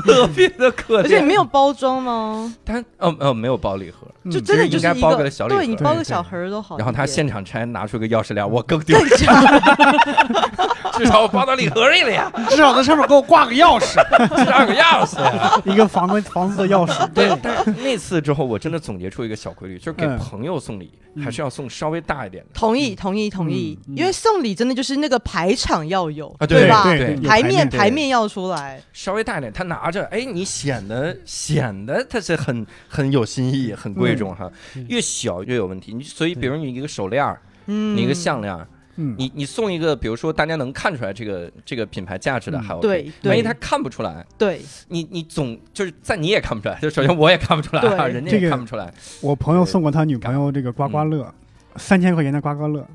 S1: 特别的可
S4: 而且你
S1: 怜。
S4: 没有包装吗？
S1: 但呃呃没有包礼盒，其
S4: 就真的
S1: 实
S4: 就
S1: 应
S4: 是
S1: 该
S4: 一
S1: 包个小礼盒
S4: 对你包个
S2: 对
S4: 小盒儿都好一点。
S1: 然后他现场拆，拿出个钥匙链儿，我更丢
S4: 更
S1: 人，
S4: 加
S1: 至少我包到礼盒里了 呀，
S3: 至少在上面给我挂个 钥匙。
S1: 至少有个钥匙呀。
S2: 一个房子房子的钥匙，
S1: 对，但是那次之后，我真的总结出一个小规律，就是给
S2: 嗯
S1: 朋友送礼，
S3: 嗯
S1: 还是要送稍微大一点的
S4: 同意同意同意，
S3: 嗯嗯
S4: 因为送礼真的就是那个排场要有，
S1: 啊，
S2: 对
S4: 吧？
S2: 对
S1: 对
S2: 有
S4: 排
S2: 排
S4: 面
S2: 面
S1: 对
S4: 排面要出来，
S1: 稍微大一点。他拿着，哎，你显得显得他是很很有心意、很贵重哈
S3: 嗯，
S1: 越小越有问题。你所以，比如你一个手链儿，
S4: 嗯，
S1: 你一个项链儿，
S2: 嗯，
S1: 你你送一个，比如说大家能看出来这个这个品牌价值的，
S3: 嗯
S1: 还 OK。
S4: 对
S1: 万一
S4: 对
S1: 他看不出来，
S4: 对，
S1: 你你总就是在你也看不出来， 就首先我也看不出来啊，
S4: 对
S1: 人家
S2: 这
S1: 也
S2: 个
S1: 看不出来。
S2: 我朋友送过他女朋友这个刮刮乐，三千块钱的刮刮乐，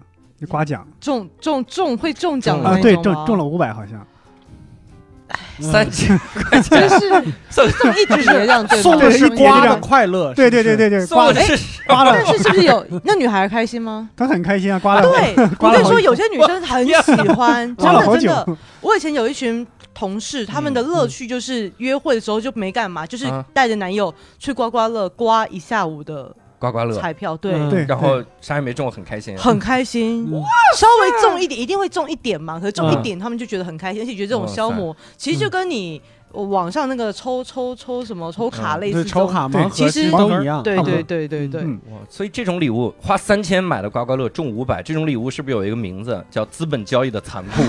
S2: 就刮奖
S4: 中中中会中奖
S1: 中
S4: 的
S1: 了
S2: 啊，
S4: 那
S2: 对，
S4: 种
S2: 中
S4: 吗
S2: 中了，五百好像，
S3: 嗯
S1: 三千块
S4: 就
S1: 钱
S4: 是
S1: 送
S4: 这么一叠这样对吧
S3: 送的
S2: 的
S3: 是
S2: 是
S3: 瓜
S2: 瓜
S3: 的
S2: 的
S3: 快乐，
S2: 对对对，对对，
S1: 送
S2: 刮了
S1: 的是
S2: 刮
S4: 但
S2: 了，
S4: 是是不是有那女孩开心吗？
S2: 他很开心啊，刮了，
S4: 对，我
S2: 刮了
S4: 跟你
S2: 好久
S4: 说，有些女生很喜欢， 真
S2: 刮了好嗯
S4: 的真
S2: 久，
S4: 的。我以前有一群同事，他们的乐趣就是约会的时候就没干嘛，就是
S1: 啊
S4: 带着男友去刮刮乐刮一下午的
S1: 刮 刮乐，
S4: 彩票，对，
S3: 嗯
S2: 对，
S1: 然后啥也没中，很开心。
S4: 很开心。
S3: 嗯
S4: 稍微重一点，一定会重一点嘛。可是重一
S1: 嗯
S4: 点，他们就觉得很开心，而且觉得这种消磨，其实就跟你呃网上那个抽抽抽什嗯么抽卡类
S3: 对
S4: 似这
S3: 抽
S4: 种，
S3: 卡
S2: 对
S3: 盲盒
S4: 其实
S3: 都一样，
S4: 对
S3: 差不多
S4: 对对对对，
S2: 嗯
S1: 哇，所以这种礼物花三千买的刮刮乐中五百，这种礼物是不是有一个名字叫资本交易的残酷？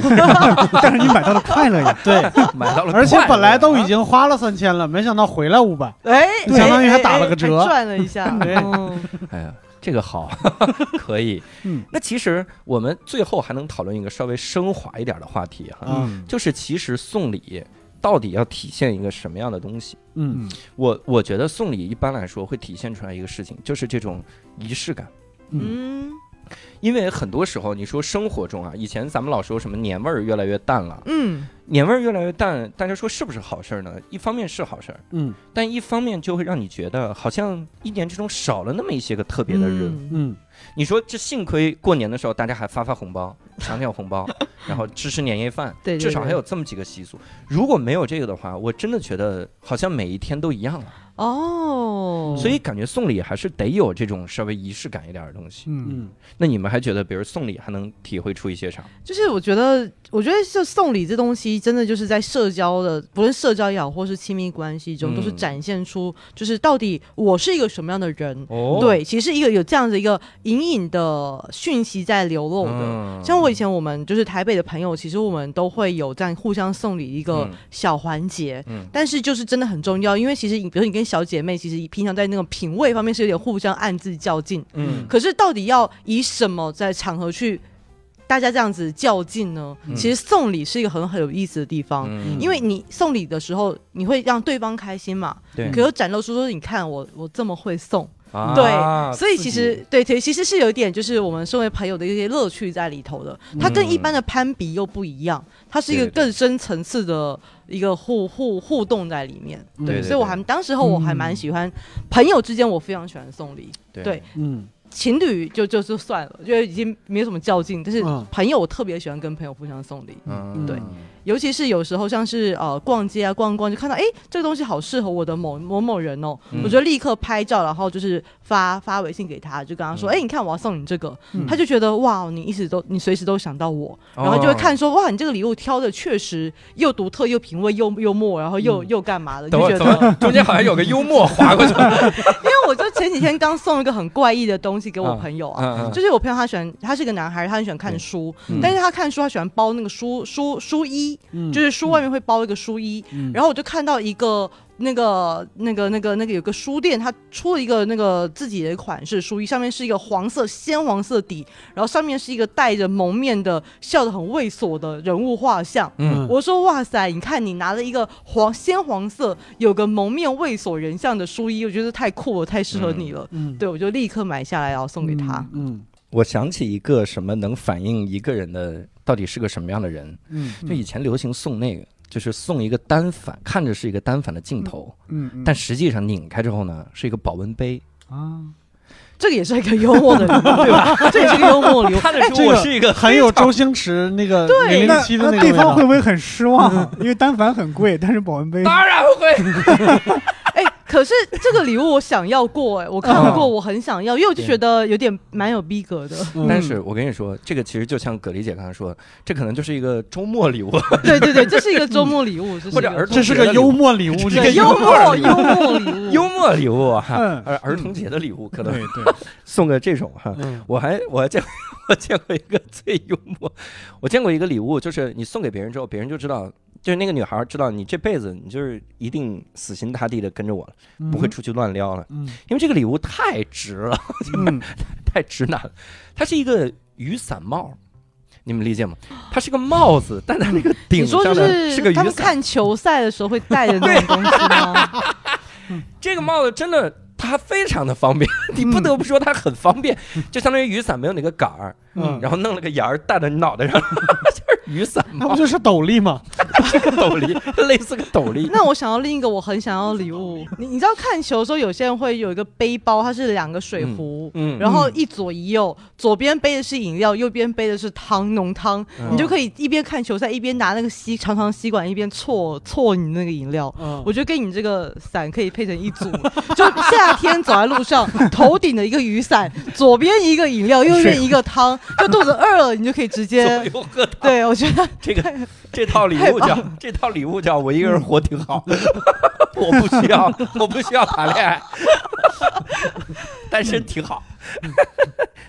S2: 但是你买到了快乐呀，
S3: 对，
S1: 买到了快乐，
S3: 而且本
S2: 啊
S3: 来都已经花了三千了，没想到回来五百，
S4: 哎，
S3: 对相当于还打了个
S4: 哎哎
S3: 折
S4: 还赚了一下。
S3: 对
S4: 嗯
S1: 哎呀，这个好， 可以。
S2: 嗯，
S1: 那其实我们最后还能讨论一个稍微升华一点的话题哈，
S3: 嗯
S1: 就是其实送礼到底要体现一个什么样的东西？
S3: 嗯
S1: 我我觉得送礼一般来说会体现出来一个事情，就是这种仪式感。
S4: 嗯
S1: 因为很多时候，你说生活中啊，以前咱们老说什么年味儿越来越淡了，
S4: 嗯，
S1: 年味儿越来越淡，大家说是不是好事儿呢？一方面是好事儿，
S3: 嗯
S1: 但一方面就会让你觉得好像一年之中少了那么一些个特别的日子。
S4: 嗯
S3: 嗯
S1: 你说这幸亏过年的时候大家还发发红包、 抢抢红 包，然后吃吃年夜饭，
S4: 对对
S1: 至少还有这么几个习俗。如果没有这个的话，我真的觉得好像每一天都一样了。
S4: 哦，
S1: 所以感觉送礼还是得有这种稍微仪式感一点的东西。
S2: 嗯，
S3: 嗯
S1: 那你们还觉得，比如送礼还能体会出一些啥？
S4: 就是我觉得，我觉得这送礼这东西，真的就是在社交的，不论社交也好，或是亲密关系中，
S1: 嗯
S4: 都是展现出就是到底我是一个什么样的人。
S1: 哦，
S4: 对，其实一个有这样的一个隐隐的讯息在流露的。
S1: 嗯
S4: 像我以前我们就是台北的朋友，其实我们都会有这样互相送礼一个
S1: 嗯
S4: 小环节，
S1: 嗯
S4: 但是就是真的很重要，因为其实你比如你跟小姐妹，其实平常在那种品味方面是有点互相暗自较劲，
S1: 嗯
S4: 可是到底要以什么在场合去大家这样子较劲呢？
S1: 嗯
S4: 其实送礼是一个很很有意思的地方。
S1: 嗯
S4: 因为你送礼的时候，你会让对方开心嘛？
S1: 对
S4: 可又展露出说，你看我我这么会送，
S1: 啊
S4: 对，所以
S1: 自己
S4: 其实对对，其实是有一点就是我们身为朋友的一些乐趣在里头的。它跟一般的攀比又不一样，它是一个
S1: 嗯对对
S4: 更深层次的一个互互互动在里面。
S3: 嗯
S1: 对嗯
S4: 所以我还当时候我还蛮喜欢、朋友之间，我非常喜欢送礼。对
S3: 嗯
S4: 情侣就就就算了，就已经没有什么较劲。但是
S3: 嗯
S4: 朋友，我特别喜欢跟朋友互相送礼，
S1: 嗯
S3: 对
S4: 尤其是有时候像是呃逛街啊逛逛，就看到哎这个东西好适合我的某某某人哦，
S1: 嗯
S4: 我就立刻拍照，然后就是发发微信给他，就跟他说
S1: 嗯
S4: 哎、你看我要送你这个，
S3: 嗯
S4: 他就觉得哇你一直都你随时都想到我，
S1: 哦
S4: 然后就会看说、哇你这个礼物挑的确实又独特又品味又幽默，然后又、
S3: 嗯
S4: 又干嘛的，就
S1: 等会
S4: 觉
S1: 儿，
S4: 得
S1: 等会儿， 中间好像有个幽默划过去。
S4: 因为我就前几天刚送了一个很怪异的东西给我朋友啊。
S1: 嗯
S4: 就是我朋友，他喜欢，他是个男孩，他很喜欢看书，
S1: 嗯
S4: 但是他看书，他喜欢包那个书书书衣，
S3: 嗯
S4: 就是书外面会包一个书衣。
S3: 嗯
S4: 然后我就看到一个那个那个那个那个有个书店，它出了一个那个自己的款式书衣，上面是一个黄色鲜黄色底，然后上面是一个戴着蒙面的笑得很猥琐的人物画像。
S1: 嗯
S4: 我说哇塞，你看你拿了一个黄鲜黄色，有个蒙面猥琐人像的书衣，我觉得太酷了，太适合你了。
S3: 嗯
S4: 对，我就立刻买下来，然后送给他。
S3: 嗯
S1: 我想起一个什么能反映一个人的到底是个什么样的人，
S3: 嗯
S1: 就以前流行送那个就是送一个单反，看着是一个单反的镜头，
S2: 嗯，嗯
S1: 但实际上拧开之后呢，是一个保温杯。
S2: 啊，
S4: 这个也是一个幽默的礼物，对吧？这也是个幽默 的礼物。
S1: 看着
S4: 哎
S1: 说我是一个
S3: 很有周星驰那个
S4: 对
S3: 零
S2: 那
S3: 零七的
S2: 那
S3: 那
S2: 对
S3: 个味
S2: 方
S3: 道
S2: 会。不会很失望？因为单反很贵，但是保温杯
S1: 嗯当然会，
S4: 哎，可是这个礼物我想要过，哎，我看过，我很想要，因为我就觉得有点蛮有逼格的。
S3: 嗯
S1: 但是我跟你说，这个其实就像葛丽姐刚才说，的，这可能就是一个周末礼物，
S4: 对对对，这是一个周末礼物，这是
S1: 或
S4: 一个
S1: 者儿童
S3: 这是个幽默礼物，
S1: 这
S3: 这
S1: 个
S3: 个
S4: 对
S1: 幽
S4: 幽默
S1: 默
S4: 幽默礼 物，
S1: 幽默礼物哈
S2: 嗯，
S1: 儿儿童节的礼物可能
S2: 对 对，
S1: 送个这种哈。
S3: 嗯
S1: 我还我还见我见过一 个最幽默，我见过一个礼物，就是你送给别人之后，别人就知道，就是那个女孩知道你这辈子你就是一定死心塌地的跟着我了，不会出去乱撩了，
S3: 嗯
S1: 因为这个礼物太值了，
S2: 嗯，
S1: 太直男了。它是一个雨伞帽，你们理解吗？它是个帽子，但它那 个顶
S4: 你说
S1: 上
S4: 就
S1: 呢
S4: 是
S1: 个
S4: 他
S1: 雨
S4: 们
S1: 伞。
S4: 看球赛的时候会戴的那种东西 吗？
S1: 这个帽子真的它非常的方便， 你不得不说它很方 便，就相当于雨伞没有那个杆儿，
S3: 嗯，
S1: 然后弄了个沿儿戴在你脑袋上， 就是雨伞
S3: 那
S4: 哎
S1: 帽
S3: 不。就是斗笠吗？
S1: 斗笠， 类似个斗笠。
S4: 那我想要另一个我很想要的礼物，你你知道看球的时候，有些人会有一个背包，它是两个水壶。
S1: 嗯，
S4: 然后一左一右，左边背的是饮料，右边背的是汤浓汤，
S1: 嗯
S4: 你就可以一边看球赛，一边拿那个吸长长吸管，一边啜啜你那个饮料。
S3: 嗯
S4: 我觉得跟你这个伞可以配成一组， 就夏天走在路上，头顶的一个雨伞，左边一个饮料，右边一个汤，就肚子饿了，你就可以
S1: 左
S4: 直 接。
S1: 右喝汤。
S4: 对，我觉得
S1: 这个这套礼物叫这套礼物叫我一个人活挺好，
S4: 嗯
S1: 我不需要我不需要谈恋爱，单身挺好，
S4: 嗯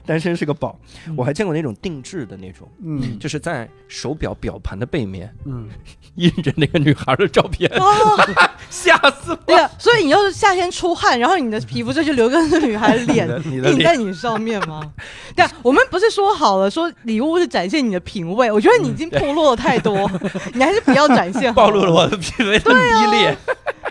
S1: 单身是个宝。我还见过那种定制的那种，
S2: 嗯，
S1: 就是在手表表盘的背面
S3: 嗯，
S1: 印着那个女孩的照片，
S4: 哦，
S1: 吓死
S4: 对啊，所以你要是夏天出汗，然后你的皮肤这就留个女孩的脸
S1: 我 了！你的
S4: 印在
S1: 脸，
S4: 你上面吗？对啊，我们不是说好了说礼物是展现你的品味，我觉得你已经暴露了太多， 你还是不要展现
S1: 嗯
S4: 好
S1: 暴露了，我的品味的
S4: 啊
S1: 低劣。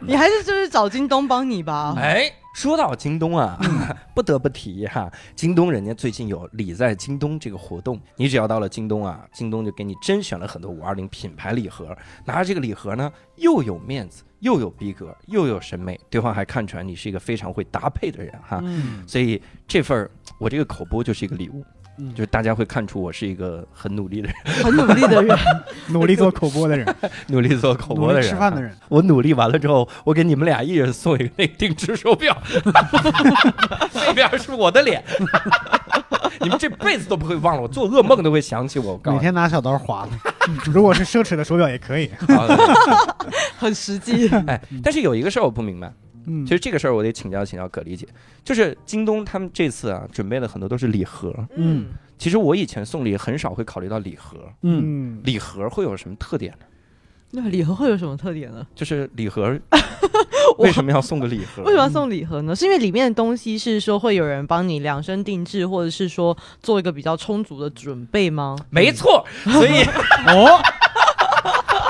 S4: 你还是就是找京东帮你吧。
S1: 哎，说到京东啊，
S3: 嗯
S1: 不得不提哈、京东人家最近有礼在京东这个活动，你只要到了京东啊，京东就给你甄选了很多五二零品牌礼盒，拿着这个礼盒呢，又有面子，又有逼格，又有审美，对方还看出来你是一个非常会搭配的人哈、
S3: 嗯
S1: 所以这份儿我这个口播就是一个礼物，
S3: 嗯
S1: 就是大家会看出我是一个很努力的人，
S4: 很努力 的人，
S2: 努力做口播的人，
S1: 努力做口播
S3: 努
S1: 的
S3: 力
S1: 人，
S3: 吃饭的人，
S1: 我努力完了之后，我给你们俩一人送一个那个定制手表，那边是我的脸， 你们这辈子都不会忘了我，做噩梦都会想起我。我告
S3: 每
S1: 诉你，
S3: 天拿小刀划的。
S2: 嗯如果是奢侈的手表也可以，
S1: 好的
S4: 很实际。
S1: 哎，但是有一个事儿我不明白，
S2: 嗯
S1: 其，实这个事儿我得请教请教葛丽姐，就是京东他们这次啊准备了很多都是礼盒，
S3: 嗯
S1: 其实我以前送礼很少会考虑到礼盒，
S3: 嗯，
S2: 嗯，
S1: 礼盒会有什么特点呢？
S4: 那礼盒会有什么特点呢？
S1: 就是礼盒
S4: 我
S1: 为什么要送个礼盒？
S4: 为什么要送礼盒呢？是因为里面的东西是说会有人帮你量身定制，或者是说做一个比较充足的准备吗？
S1: 没错，所以
S3: 哦，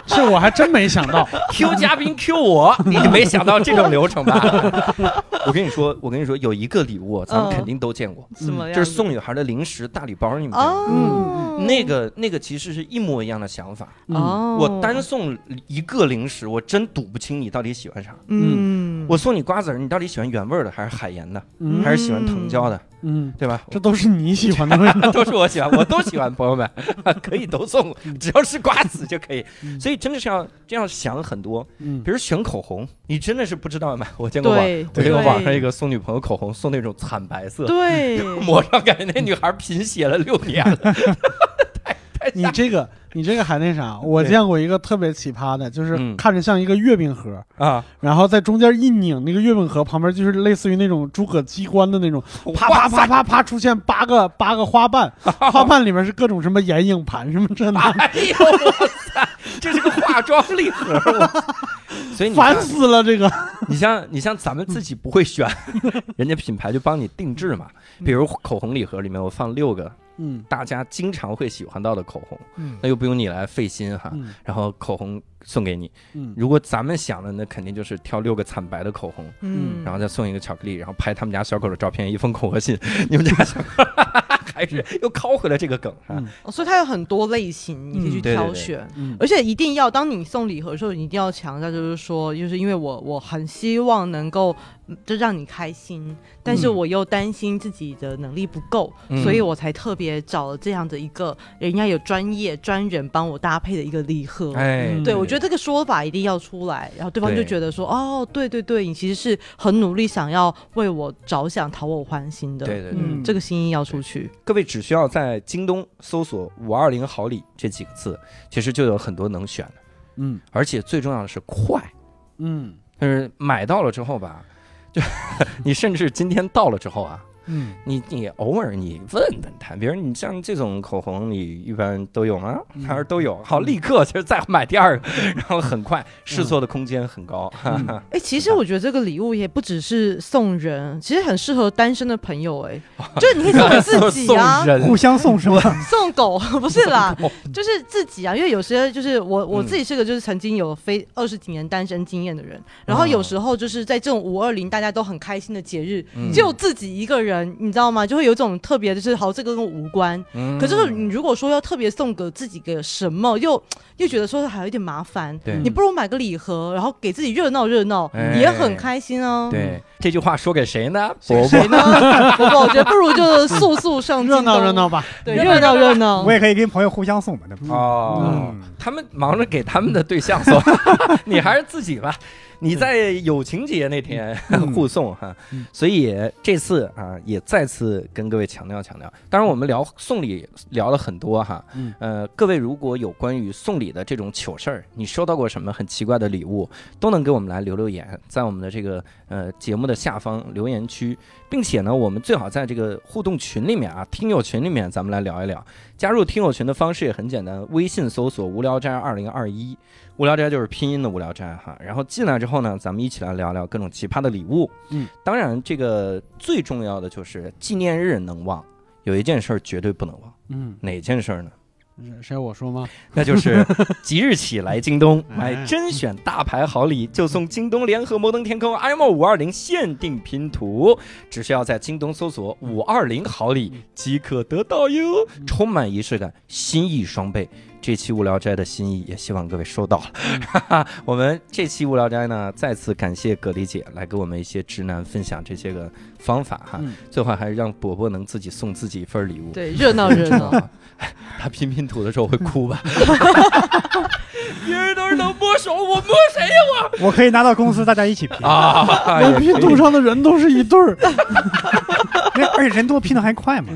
S3: 这我还真没想到。
S1: Q 嘉宾 Q 我，你就没想到这种流程吧？ 我跟你说，我跟你说，有一个礼物啊咱们肯定都见过，
S4: 什么呀？
S1: 嗯就是送女孩的零食大礼包，你们见过
S4: 哦，
S1: 那个那个其实是一模一样的想法。
S3: 嗯
S4: 哦，
S1: 我单送一个零食，我真数不清你到底喜欢啥。
S4: 嗯，
S1: 我送你瓜子儿，你到底喜欢原味儿的还是海盐的，
S3: 嗯
S1: 还是喜欢藤椒的，
S3: 嗯，
S1: 对 吧？
S3: 这都是你喜欢的味道。
S1: 都是我喜欢，我都喜欢，朋友们可以都送，只要是瓜子就可以。所以真的是要这样想很多，
S3: 嗯
S1: 比如选口红，你真的是不知道买。我见过网
S4: 对，
S1: 我
S4: 对
S1: 这个网上一个送女朋友口红，送那种惨白色，
S4: 对，
S1: 抹上感觉那女孩贫血了六年了。
S3: 你这个，你这个还那啥？我
S1: 对
S3: 见过一个特别奇葩的，就是
S1: 嗯
S3: 看着像一个月饼盒，
S1: 啊，
S3: 然后在中间一拧，那个月饼盒旁边就是类似于那种诸葛机关的那种，啪啪啪啪啪出现八个八个花瓣，花瓣里面是各种什么眼影盘什么这那，
S1: 哎呦我操，这是个化妆礼盒，我所以你
S3: 烦
S1: 看
S3: 死了这个。
S1: 你像你像咱们自己不会选， 人家品牌就帮你定制嘛。比如口红礼盒里面我放六个
S3: 嗯
S1: 大家经常会喜欢到的口红
S3: 嗯，
S1: 那又不用你来费心哈。
S3: 嗯
S1: 然后口红送给你，
S3: 嗯
S1: 如果咱们想的那肯定就是挑六个惨白的口红。
S4: 嗯，
S1: 然后再送一个巧克力，然后拍他们家小狗的照片，一封恐吓信。你们家小狗还还是又拷回了这个梗啊。
S3: 嗯
S4: 哦所以它有很多类型，你可以去
S1: 嗯对对
S4: 挑
S1: 对
S4: 选。
S3: 嗯
S4: 而且一定要，当你送礼盒的时候，你一定要强调，就是说，就是因为我我很希望能够嗯就让你开心，但是
S3: 嗯
S4: 我又担心自己的能力不够，
S1: 嗯
S4: 所以我才特别找了这样的一个人家有专业专人帮我搭配的一个礼盒。
S1: 哎，
S3: 嗯
S4: 对，我觉得这个说法一定要出来，然后对方就
S1: 对
S4: 觉得说，哦，对对对，你其实是很努力想要为我着想、讨我欢心的。
S1: 对对对
S4: 嗯，这个心意要出去。
S1: 各位只需要在京东搜索“五二零好礼”这几个字，其实就有很多能选的，
S3: 嗯
S1: 而且最重要的是快，
S3: 嗯
S1: 就是买到了之后吧， 就你甚至今天到了之后啊，
S3: 嗯
S1: 你你偶尔你问问他，比如你像这种口红，你一般都有吗？
S4: 嗯
S1: 他说都有，好，立刻就再买第二个， 然后很快，试错的空间很高。哈哈
S4: 哎、其实我觉得这个礼物也不只是送人，其实很适合单身的朋友、 哎，就是你可以送给自己啊
S1: 送，人
S2: 互相送是吧？
S4: 送狗 不是啦
S1: 送狗，
S4: 就是自己啊，因为有些就是我我
S1: 嗯
S4: 自己是个就是曾经有非二十几年单身经验的
S1: 哦
S4: 人，然后有时候就是在这种五二零大家都很开心的节日，
S1: 嗯
S4: 只有自己一个人，你知道吗？就会有一种特别就是好，这个跟我无关。
S1: 嗯
S4: 可是你如果说要特别送给自己个什么，又又觉得说还有点麻烦，
S1: 对
S4: 你不如买个礼盒，然后给自己热闹热闹，
S1: 嗯哎
S4: 也很开心啊。
S1: 对这句话说给谁呢？伯
S4: 谁
S1: 伯
S4: 谁呢？伯伯，我觉得不如就速速上
S3: 热
S4: 京
S3: 闹
S4: 东
S3: 热，闹吧，
S4: 对，热闹热闹
S2: 我。也可以跟朋友互相送嘛，对吧？
S1: 嗯哦，
S2: 嗯
S1: 他们忙着给他们的对象 送，你还是自己吧。你在友情节那天互送哈
S3: 嗯，
S1: 所以这次啊也再次跟各位强调强调。当然，我们聊送礼聊了很多哈
S3: 嗯，
S1: 呃，各位如果有关于送礼的这种糗事儿，你收到过什么很奇怪的礼物，都能给我们来留留言，在我们的这个呃节目的下方留言区，并且呢，我们最好在这个互动群里面啊，听友群里面，咱们来聊一聊。加入听友群的方式也很简单，微信搜索“无聊斋二零二一”，无聊斋就是拼音的无聊斋哈。然后进来之后呢，咱们一起来聊聊各种奇葩的礼物。
S3: 嗯，
S1: 当然这个最重要的就是纪念日能忘，有一件事儿绝对不能忘，
S3: 嗯，
S1: 哪件事儿呢？
S3: 谁我说吗？
S1: 那就是即日起来京东买
S5: 哎
S1: 甄选大牌好礼，就送京东联合摩登天空 IMO 五二零限定拼图，只需要在京东搜索“五二零好礼”即可得到哟，充满仪式感，心意双倍。这期无聊斋的心意也希望各位收到了。哈哈，我们这期无聊斋呢，再次感谢葛丽姐来给我们一些直男分享这些个方法哈，
S3: 嗯
S1: 最后还是让伯伯能自己送自己一份礼物。
S4: 对，热闹 热闹。
S1: 他拼拼图的时候会哭吧？ 别人都是能摸手，我摸谁呀、
S2: 我可以拿到公司，大家一起拼，
S1: 啊
S3: 那拼图上的人都是一对儿，
S2: 那而且人多拼的还快嘛。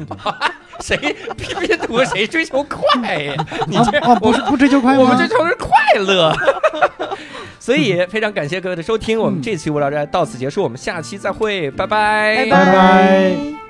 S1: 谁拼拼图谁追求快呀？
S3: 啊
S1: 你这、
S2: 哦，不是不追求快吗？
S1: 我们追求的是快 乐。所以非常感
S3: 嗯
S1: 谢各位的收听，我们这期无聊斋到此结束，我们下期再会，拜拜
S4: 拜
S3: 拜
S4: 拜